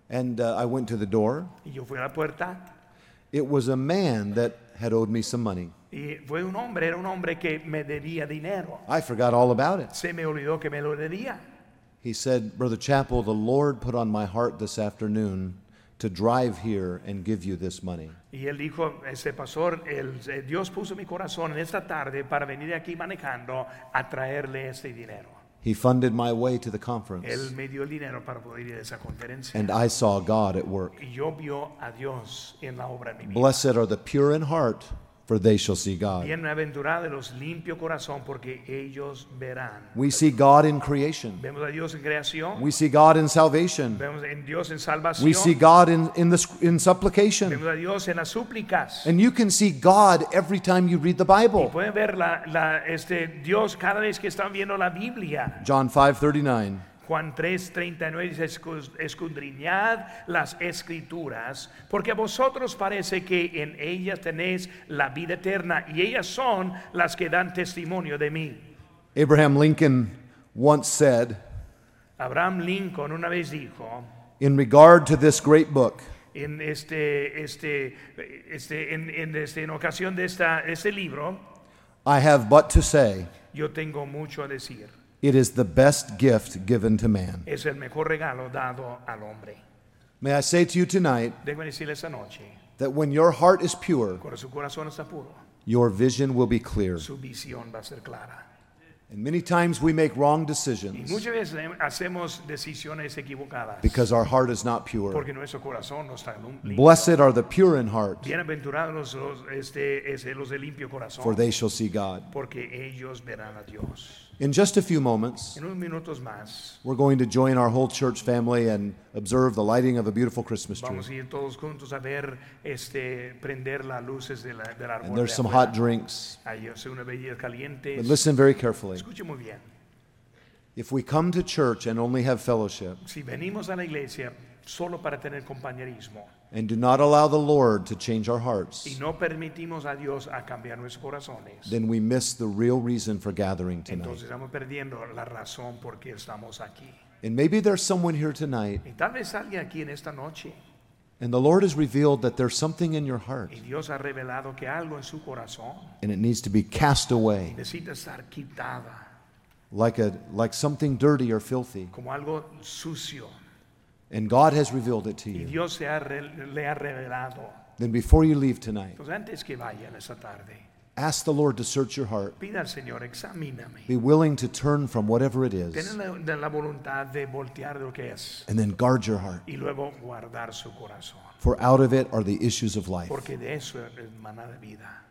Speaker 1: And uh, I went to the door.
Speaker 2: Y yo fui a la puerta
Speaker 1: It was a man that had owed me some money.
Speaker 2: y fue un hombre, era un hombre que me debía dinero.
Speaker 1: I forgot all about it.
Speaker 2: Se me olvidó que me lo debía.
Speaker 1: He said, Brother Chapel, the Lord put on my heart this afternoon to drive here and give you this money.
Speaker 2: Y él dijo, ese pastor, el, eh, Dios puso en mi corazón en esta tarde para venir aquí manejando a traerle este dinero.
Speaker 1: He funded my way to the
Speaker 2: Él
Speaker 1: conference.
Speaker 2: me dio el dinero para poder ir a esa conferencia.
Speaker 1: And I saw God at work.
Speaker 2: Y yo vio a Dios en la obra de mi vida.
Speaker 1: Blessed are the pure in heart, for they shall see God.
Speaker 2: Bienaventurados los limpio corazón, porque ellos verán.
Speaker 1: We see God in creation.
Speaker 2: Vemos a Dios en creación,
Speaker 1: We see God in salvation.
Speaker 2: vemos en Dios en salvación,
Speaker 1: We see God in, in, the, sc- in supplication.
Speaker 2: vemos a Dios en las súplicas.
Speaker 1: And you can see God every time you read the Bible.
Speaker 2: Pueden ver la, la- este, Dios cada vez que están viendo la Biblia.
Speaker 1: John 5:39.
Speaker 2: Juan 3, 39 dice, "Escu- escudriñad las escrituras, porque a vosotros parece que en ellas tenéis la vida eterna, y ellas son las que dan testimonio de mí.
Speaker 1: Abraham Lincoln once said,
Speaker 2: Abraham Lincoln una vez dijo,
Speaker 1: in regard to this great book,
Speaker 2: en, este, este, este, en, en este- en ocasión de esta, este libro,
Speaker 1: I have but to say,
Speaker 2: yo tengo mucho a decir.
Speaker 1: it is the best gift given to man.
Speaker 2: Es el mejor regalo dado al hombre.
Speaker 1: May I say to you tonight
Speaker 2: Déjame decirle esta noche,
Speaker 1: that when your heart is pure,
Speaker 2: cuando su corazón está puro,
Speaker 1: your vision will be clear.
Speaker 2: su visión va a ser clara.
Speaker 1: And many times we make wrong
Speaker 2: Y
Speaker 1: decisions
Speaker 2: muchas veces eh, hacemos decisiones equivocadas
Speaker 1: because our heart is not pure.
Speaker 2: porque nuestro corazón no está limpio.
Speaker 1: Blessed are the pure in heart,
Speaker 2: Bienaventurados los, este, es- los de limpio corazón
Speaker 1: for they shall see God.
Speaker 2: porque ellos verán a Dios.
Speaker 1: In just a few moments,
Speaker 2: En unos minutos más
Speaker 1: we're going to join our whole church family and observe the lighting of a beautiful Christmas tree.
Speaker 2: vamos a ir todos juntos a ver este, prender las luces de la, del árbol.
Speaker 1: And
Speaker 2: de
Speaker 1: there's some
Speaker 2: afuera.
Speaker 1: hot drinks.
Speaker 2: Hay o sea, una bebida caliente.
Speaker 1: But listen very carefully.
Speaker 2: Escuche muy bien.
Speaker 1: If we come to church and only have fellowship,
Speaker 2: Si venimos a la iglesia solo para tener compañerismo
Speaker 1: and do not allow the Lord to change our
Speaker 2: y
Speaker 1: hearts,
Speaker 2: no permitimos a Dios a cambiar nuestros corazones,
Speaker 1: then we miss the real reason for gathering tonight.
Speaker 2: Entonces estamos perdiendo la razón por qué estamos aquí.
Speaker 1: And maybe there's someone here tonight,
Speaker 2: Y tal vez alguien aquí en esta noche
Speaker 1: and the Lord has revealed that there's something in your heart,
Speaker 2: y Dios ha revelado que algo en su corazón
Speaker 1: and it needs to be cast away,
Speaker 2: necesita estar quitada
Speaker 1: like, a, like something dirty or filthy.
Speaker 2: como algo sucio.
Speaker 1: And God has revealed it to
Speaker 2: Y
Speaker 1: you.
Speaker 2: Dios se ha re- le ha revelado.
Speaker 1: Then before you leave tonight,
Speaker 2: Entonces antes que vayan esta tarde,
Speaker 1: ask the Lord to search your heart.
Speaker 2: pida al Señor, examíname.
Speaker 1: Be willing to turn from whatever it
Speaker 2: Ten
Speaker 1: is,
Speaker 2: la, de la voluntad de voltear lo que es
Speaker 1: and then guard your heart,
Speaker 2: y luego guardar su corazón.
Speaker 1: for out of it are the issues of life.
Speaker 2: Porque de eso es mana de vida.